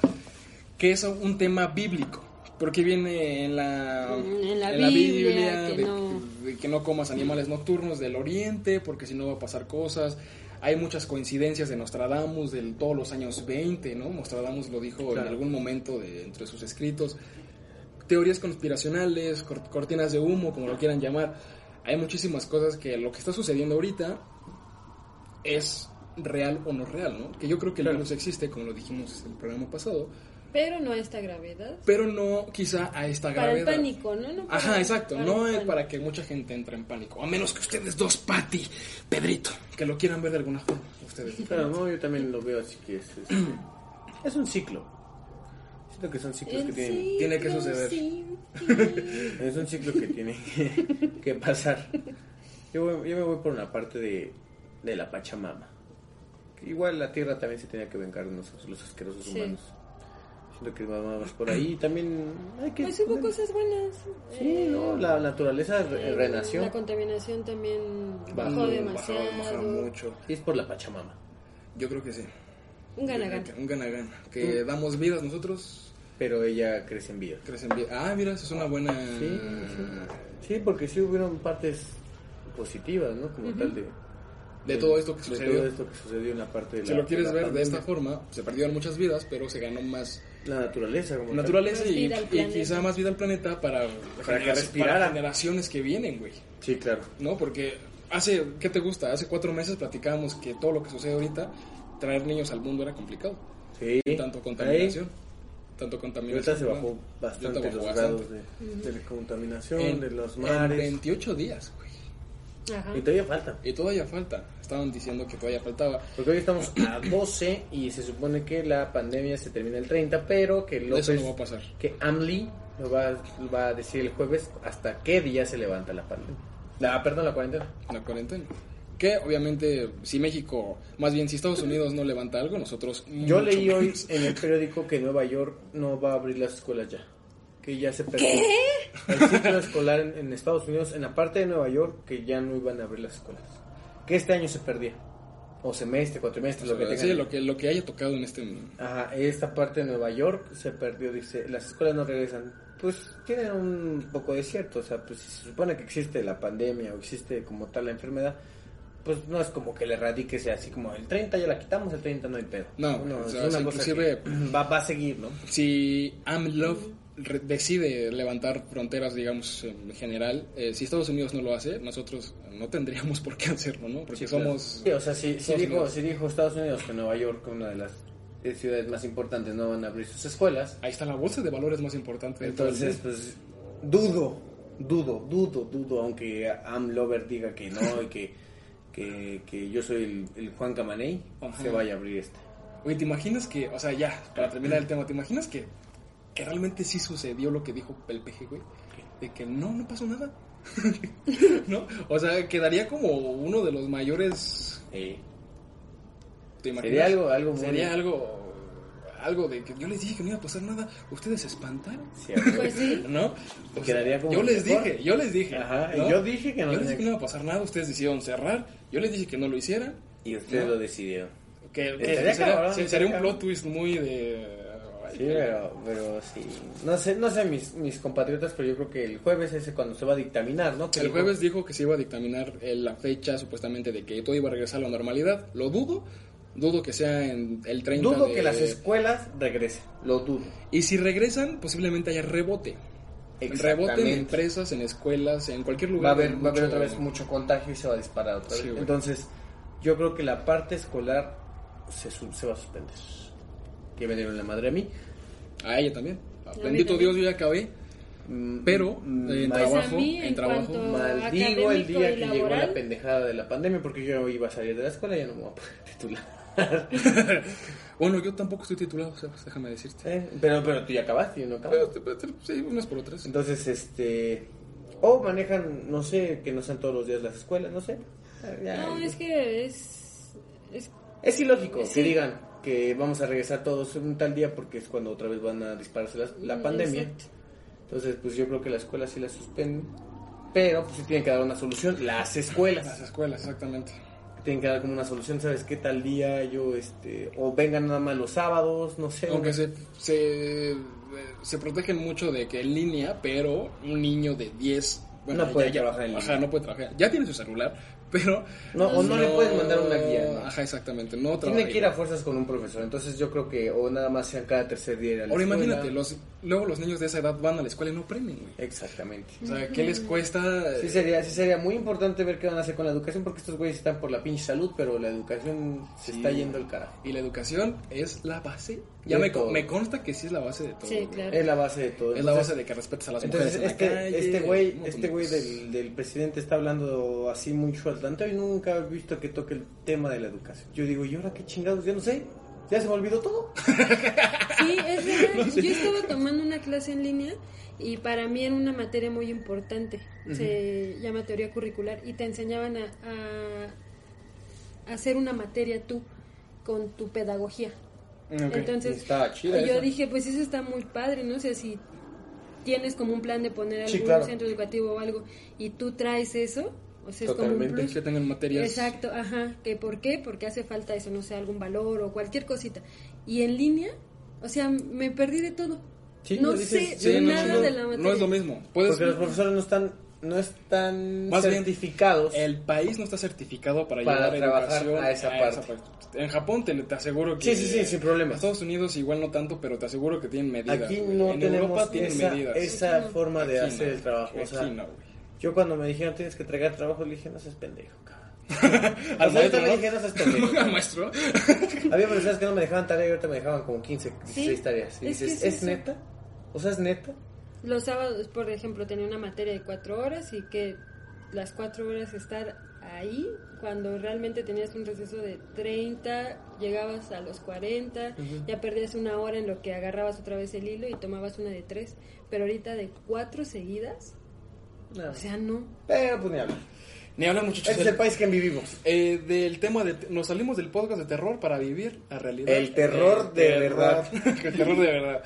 que es un tema bíblico. Porque viene en la, En la Biblia, que de- no- de que no comas animales nocturnos del oriente, porque si no va a pasar cosas. Hay muchas coincidencias de Nostradamus de todos los años 20, ¿no? Nostradamus lo dijo en Claro. algún momento de, entre sus escritos. Teorías conspiracionales, cor- cortinas de humo, como lo quieran llamar. Hay muchísimas cosas que lo que está sucediendo ahorita es real o no real, ¿no? Que yo creo que el Claro. virus existe, como lo dijimos en el programa pasado, Pero no a esta gravedad. pero no quizá a esta Para el gravedad. pánico, ¿no? No para- Ajá, exacto. para no el es pánico. para que mucha gente entre en pánico. A menos que ustedes dos, Pati, Pedrito, que lo quieran ver de alguna forma. Ustedes. Claro, no, yo también lo veo así que es, este, (clears throat) es un ciclo. Siento que son ciclos que El tienen. ciclo tiene que suceder. sin ti. Es un ciclo que tiene (laughs) que, que pasar. Yo, voy- yo me voy por la parte de, de la Pachamama. Que Igual la Tierra también se tenía que vengar de nosotros, los asquerosos Sí. humanos. Siento que vamos por ahí. Y también hay que... Pues hubo cosas buenas. Sí, no, la naturaleza re- Eh, renació. La contaminación también bajó Bajó, demasiado. bajaron mucho. Y es por la Pachamama. Yo creo que sí. Un ganagán. Mm. Un ganagán. Que damos vidas nosotros pero ella crece en vida. Crecen bien. Ah, mira, eso es una buena. Sí, sí. Sí, porque sí hubieron partes positivas, ¿no? Como tal de, De todo esto que De sucedió. todo esto que sucedió en la parte de la Si lo quieres la ver de pandemia. esta forma, se perdieron muchas vidas, pero se ganó más La naturaleza, como tal. naturaleza Más y, vida al y planeta. quizá más vida al planeta para, Para que respirara. para generaciones que vienen, güey. Sí, claro. ¿No? Porque hace, ¿qué te gusta? Hace cuatro meses platicábamos que todo lo que sucede ahorita, traer niños al mundo era complicado. Sí. Tanto Ahí. contaminación. Tanto contaminación. Ahorita se bajó perdón. bastante Ahorita los bajó grados bastante. de, de la contaminación, En- de los En mares. 28 días, güey. Ajá. Y todavía falta. Y todavía falta. Estaban diciendo que todavía faltaba. Porque hoy estamos a 12 y se supone que la pandemia se termina el 30, pero que López, Eso no va a pasar. que AMLI lo va, lo va a decir el jueves hasta qué día se levanta la pandemia. La, ah, perdón, la cuarentena. la cuarentena. Que obviamente, si México, más bien si Estados Unidos no levanta algo, nosotros. Yo mucho leí hoy menos. en el periódico que Nueva York no va a abrir las escuelas ya. Que ya se perdió. El ciclo escolar en, en Estados Unidos, en la parte de Nueva York, que ya no iban a abrir las escuelas. Que este año se perdía. O semestre, cuatrimestre, lo que tengan. Sí, lo que, lo que haya tocado en este. Ajá, esta parte de Nueva York se perdió, dice, las escuelas no regresan. Pues tienen un poco de cierto, o sea, pues si se supone que existe la pandemia o existe como tal la enfermedad, pues no es como que la erradique sea así como el 30 ya la quitamos, el 30 no hay pedo. No, o sea, inclusive- pues, que va, va a seguir, ¿no? Si AmLove re- decide levantar fronteras, digamos, en general, eh, si Estados Unidos no lo hace, nosotros no tendríamos (laughs) por qué hacerlo, ¿no? Porque somos. Sí, o sea, si, si Estados dijo, Unidos. si dijo Estados Unidos que Nueva York, una de las eh, ciudades más importantes, no van a abrir sus escuelas, Ahí está la bolsa de valores más importante de todo el Entonces, mundo. pues, dudo, dudo, dudo, dudo, aunque Am Lover diga que no y que, que, que yo soy el, el Juan Camaney, Ajá. se vaya a abrir este. Oye, ¿te imaginas que, o sea, ya, para terminar el tema, ¿te imaginas que, que realmente sí sucedió lo que dijo el PG, güey? De que no, no pasó nada. (laughs) ¿No? O sea, quedaría como uno de los mayores. Eh, ¿Te imaginas? Sería algo- algo muy- Sería algo. Algo de que yo les dije que no iba a pasar nada. Ustedes se espantaron. sí, a huevo. Pues (laughs) sí. ¿No? O sea, Quedaría como yo el les mejor. dije, yo les dije. Ajá, ¿no? yo dije que no Yo les tenía dije que no iba a pasar nada. Ustedes decidieron cerrar. Yo les dije que no lo hicieran. y usted No. lo decidió. Que, que Estaría sería, cabrón, se- estaría sería un cabrón. plot twist muy de. ay, Sí, pero, pero sí. No sé, no sé mis, mis compatriotas, pero yo creo que el jueves es cuando se va a dictaminar, ¿no? Que El dijo- jueves dijo que se iba a dictaminar eh, la fecha supuestamente de que todo iba a regresar a la normalidad. Lo dudo. Dudo que sea en el 30 Dudo de- que las escuelas regresen, lo dudo. Y si regresan, posiblemente haya rebote. Rebote en Exactamente. empresas, en escuelas, en cualquier va a lugar. haber, con va a haber mucho- otra vez mucho contagio y se va a disparar otra Sí, vez. güey. Entonces, yo creo que la parte escolar se, su- se va a suspender. Que me dieron la madre a mí. A ella también. Ah, mí Bendito también. Dios, yo ya acabé. Mm, Pero, mm, eh, en mal- Pues trabajo, a mí, en en, trabajo. cuanto maldigo el académico día y que llegó la laboral, pendejada de la pandemia porque yo iba a salir de la escuela y ya no me voy a poder (laughs) titular. Bueno, yo tampoco estoy titulado, Sebas, déjame decirte. Eh, Pero, pero tú ya acabaste, yo no acabo. Pero, pero, pero, sí, unas por otras. Entonces, este... O manejan, no sé, que no sean todos los días las escuelas, no sé. Ya, No, ya. es que es. es Es ilógico Sí. que digan que vamos a regresar todos un tal día porque es cuando otra vez van a dispararse las- la, Mm, pandemia. exacto. Entonces, pues yo creo que la escuela sí la suspenden. Pero pues sí tienen que dar una solución. Las escuelas Las escuelas, exactamente. tienen que dar como una solución, ¿sabes qué tal día? Yo, este, o vengan nada más los sábados, no sé. Aunque una- se, se, se protegen mucho de que en línea, pero un niño de 10 No puede trabajar en Ajá, línea. no puede trabajar. Ya tiene su celular, pero. No, o no le puedes mandar una guía, ¿no? Ajá, exactamente. No trabaja. Tienen que ir a fuerzas con un profesor. Entonces yo creo que o nada más sean cada tercer día. ir a la Ahora escuela. imagínate, los, luego los niños de esa edad van a la escuela y no aprenden, güey. Exactamente. O sea, ¿qué les cuesta? Sí sería, sí sería muy importante ver qué van a hacer con la educación porque estos güeyes están por la pinche salud, pero la educación se Sí. está yendo al carajo. Y la educación es la base. Ya De me, co- todo. me consta que sí es la base de todo. Sí, güey. claro. Es la base de todo. Es la Entonces- base de que respetes a las Entonces, mujeres. en la este, calle, este güey, un montón este de güey cosas. del, del presidente está hablando así mucho al tanto y nunca he visto que toque el tema de la educación. Yo digo, ¿y ahora qué chingados? Ya no sé. Ya se me (laughs) olvidó todo. Sí, (laughs) es real. Yo estaba tomando una clase en línea y para mí era una materia muy importante. Se llama teoría curricular y te enseñaban a, a hacer una materia tú con tu pedagogía. Entonces, Estaba chida yo esa. dije, pues eso está muy padre, ¿no? O sea, si tienes como un plan de poner algún Sí, claro. centro educativo o algo y tú traes eso, o sea, es como Totalmente, un Es plus. que tengan materias. Exacto, ajá. ¿Que ¿Por qué? Porque hace falta eso, no sé, algún valor o cualquier cosita. Y en línea, o sea, me perdí de todo. Sí, No pues dices, sé Sí, no, nada no, de la no materia. es lo mismo. Puedes- Porque los profesores no están, no están Más bien, certificados. el país no está certificado para, Para llevar trabajar educación a esa parte. En Japón te, te aseguro Sí, que sí, sí, sin En problema. Estados Unidos igual no tanto, pero te aseguro que tienen medidas. Aquí güey. no en tenemos Europa tienen esa, medidas. esa forma de Aquí hacer no, el trabajo. O aquí sea, no, güey. yo cuando me dijeron tienes que entregar trabajo, le dije, no seas pendejo, cabrón. Al O sea, yo maestro, también dije, ¿no? no seas pendejo. (laughs) Al maestro. Había profesores que no me dejaban tarea y ahorita me dejaban como 15, 16 tareas. Y es que dices, sí, ¿es sí. neta? O sea, ¿es neta? Los sábados, por ejemplo, tenía una materia de cuatro horas y que las cuatro horas estar ahí, cuando realmente tenías un receso de 30, llegabas a los 40, ya perdías una hora en lo que agarrabas otra vez el hilo y tomabas una de tres, pero ahorita de cuatro seguidas, No. o sea, no. Pero pues ni hablar. Ni hablan muchachos. Este es el país que vivimos. Eh, del tema de. Nos salimos del podcast de terror para vivir la realidad. Eh, El terror de verdad. (laughs) el terror de verdad.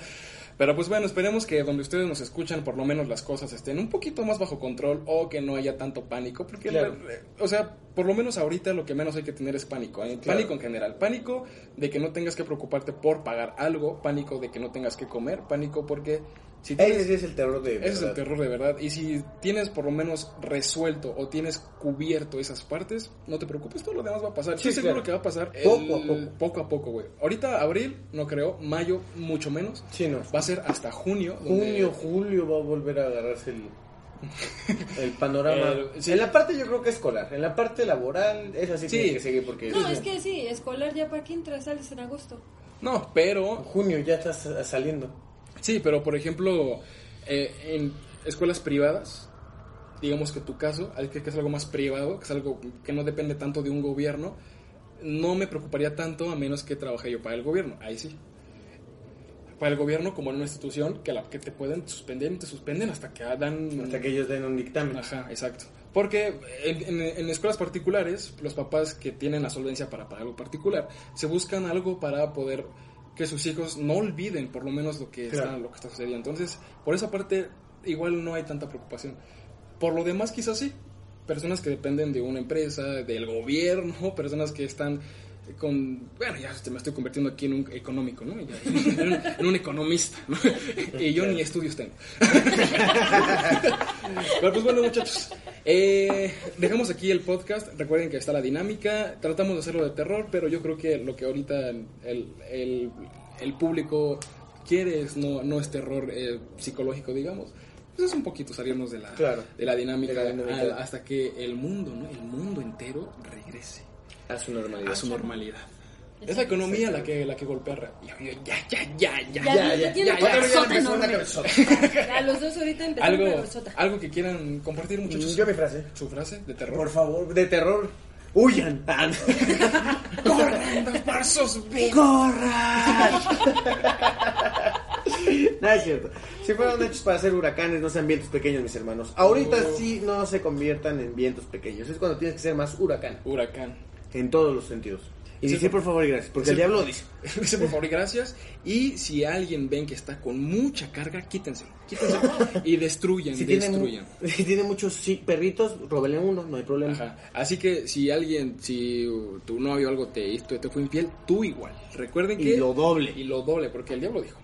Pero pues bueno, esperemos que donde ustedes nos escuchan, por lo menos las cosas estén un poquito más bajo control o que no haya tanto pánico. Porque, Claro. eh, o sea, por lo menos ahorita lo que menos hay que tener es pánico. ¿eh? Claro. Pánico en general. Pánico de que no tengas que preocuparte por pagar algo. Pánico de que no tengas que comer. Pánico porque si tienes. Ese sí es el terror de verdad. Ese es el terror de verdad. Y si tienes por lo menos resuelto o tienes cubierto esas partes, no te preocupes, todo lo demás va a pasar. Sí, Estoy claro. seguro que va a pasar el- Poco a poco. Poco a poco, güey. Ahorita abril, no creo. Mayo, mucho menos. Sí, no. Va a ser hasta junio. donde- Junio, julio va a volver a agarrarse (laughs) el, el panorama. El- sí. En la parte yo creo que escolar, en la parte laboral es así Sí. que seguir porque No, es que sí, escolar ya para qué entras, sales en (laughs) agosto. No, pero. junio ya estás eh, saliendo. Sí, pero por ejemplo, eh, en escuelas privadas, digamos que tu caso, al que, que es algo más privado, que es algo que no depende tanto de un gobierno, no me preocuparía tanto a menos que trabaje yo para el gobierno, ahí sí. Para el gobierno como en una institución que, la, que te pueden suspender y te suspenden hasta que dan... Hasta que ellos den un dictamen. Ajá, exacto. Porque en, en- en escuelas particulares, los papás que tienen la solvencia para pagar algo particular, se buscan algo para poder que sus hijos no olviden por lo menos lo que, Claro. está, lo que está sucediendo. Entonces, por esa parte, igual no hay tanta preocupación. Por lo demás, quizás sí. Personas que dependen de una empresa, del gobierno, (laughs) personas que están con... Bueno, ya este, me estoy convirtiendo aquí en un económico, ¿no? Ya, En un, (laughs) en un economista, ¿no? (laughs) Y yo ni estudios tengo. (laughs) Pero pues bueno, muchachos. eh, dejamos aquí el podcast. Recuerden que está la dinámica. Tratamos de hacerlo de terror, pero yo creo que lo que ahorita el, el- el público quiere es no, no es terror eh, psicológico, digamos. Pues es un poquito salirnos de la, Claro. de la dinámica, De la dinámica. al- hasta que el mundo, ¿no? el mundo entero regrese A su normalidad. a su normalidad. Es la economía la que, la que golpea. re- Ya, ya, ya, ya, ya. Ya, Ya, ya, ya, tiene ya, ya, cabezota ya empezó una enorme. cabezota. A los dos ahorita empezamos Algo, la bolsota. algo que quieran compartir, muchachos. Yo mi frase. Su frase de terror. Por favor, de terror. Huyan. Ah, no. ¡Corran los barzos, ¡Corran! (laughs) no es cierto. Si fueron hechos para hacer huracanes, no sean vientos pequeños, mis hermanos. Ahorita Oh. sí no se conviertan en vientos pequeños. Es cuando tienes que ser más huracán. Huracán. (laughs) En todos los sentidos. Y Sí, dice, por- por favor y gracias, porque sí, el diablo dice. Dice, por favor, y gracias. Y si alguien ven que está con mucha carga, quítense. Quítense. (laughs) Y destruyan, Si tiene, mu- destruyan. (laughs) si tiene muchos sí, perritos, róbele uno, no hay problema. Ajá. Así que si alguien, si uh, tu novio o algo te, hizo- te fue infiel, tú igual. Recuerden que. Y lo doble. Y lo doble, porque el diablo (laughs) dijo.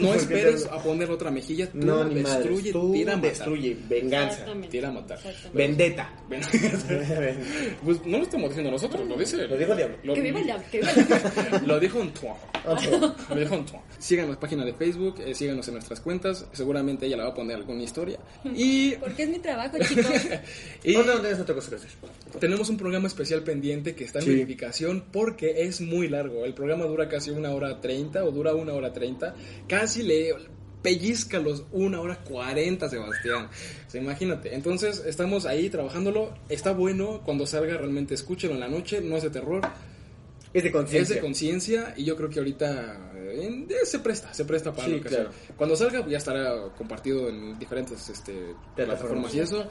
No esperes a poner otra mejilla. Tú No, ni madres. destruye, Tú tira a matar. (laughs) destruye, venganza, Exactamente. Tira a matar. Exactamente. vendetta. Ven. (laughs) Pues no lo estamos diciendo nosotros, lo dice. Lo dijo el diablo. lo- Que viva el diablo, que viva el diablo. (laughs) Lo dijo Antoine. Otro. Me dejó en toa. Sigan la página de Facebook, eh, síganos en nuestras cuentas. Seguramente ella la va a poner alguna historia. Hmm. Y, Porque es mi trabajo, chicos. (laughs) y No, no, tienes otra cosa que hacer. tenemos un programa especial pendiente que está en Sí. verificación porque es muy largo. El programa dura casi una hora treinta o dura una hora treinta. Casi le pellizca los una hora cuarenta, Sebastián. O sea, imagínate. Entonces estamos ahí trabajándolo. Está bueno. Cuando salga realmente escúchelo en la noche. No es de terror. Es de es conciencia. de conciencia y yo creo que ahorita eh, eh, se presta, se presta para Sí, la ocasión. claro. Cuando salga pues, ya estará compartido en diferentes este, plataformas Plataformas. y eso.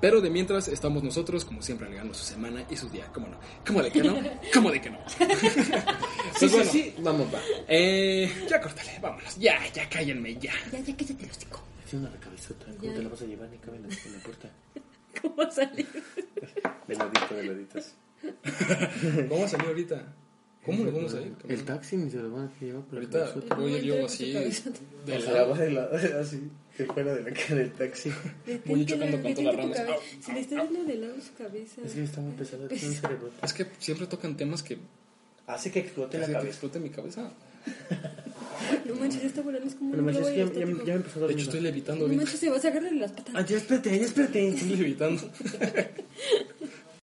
Pero de mientras estamos nosotros, como siempre, alegando su semana y su día. ¿Cómo no? ¿Cómo de que (laughs) no? ¿Cómo de que no? Sí, (laughs) Pues sí, bueno, sí. Vamos, va. eh, ya córtale, vámonos. Ya, ya (laughs) cállenme, ya. ya, ya cállate el hocico. (laughs) Tiene una cabezota. ¿Cómo te la vas a llevar? Ni cabe en la, en la puerta. ¿Cómo salir? Veladito, veladitos. Vamos a salir ahorita. ¿Cómo nos vamos a ir? El taxi ni se lo van a llevar por el Ahorita cabezón. voy a ir yo así. De O sea, lado. va de lado, (laughs) así, de fuera de la cara del taxi. Voy chocando con todas las ramas. Si le está dando de lado su cabeza. Es que está muy pesado. tiene un Pesa. cerebro. Es que siempre tocan temas que Hace que explote la hacen que cabeza. explote mi cabeza. No manches, esta bola no es como No un globo manches, es que ya, ya- aerostático. ya me empezó a De doler. (laughs) hecho, estoy levitando No ahorita. Ah, manches, se va a sacarle las patas. Ah, ya espérate, ya espérate. Estoy levitando.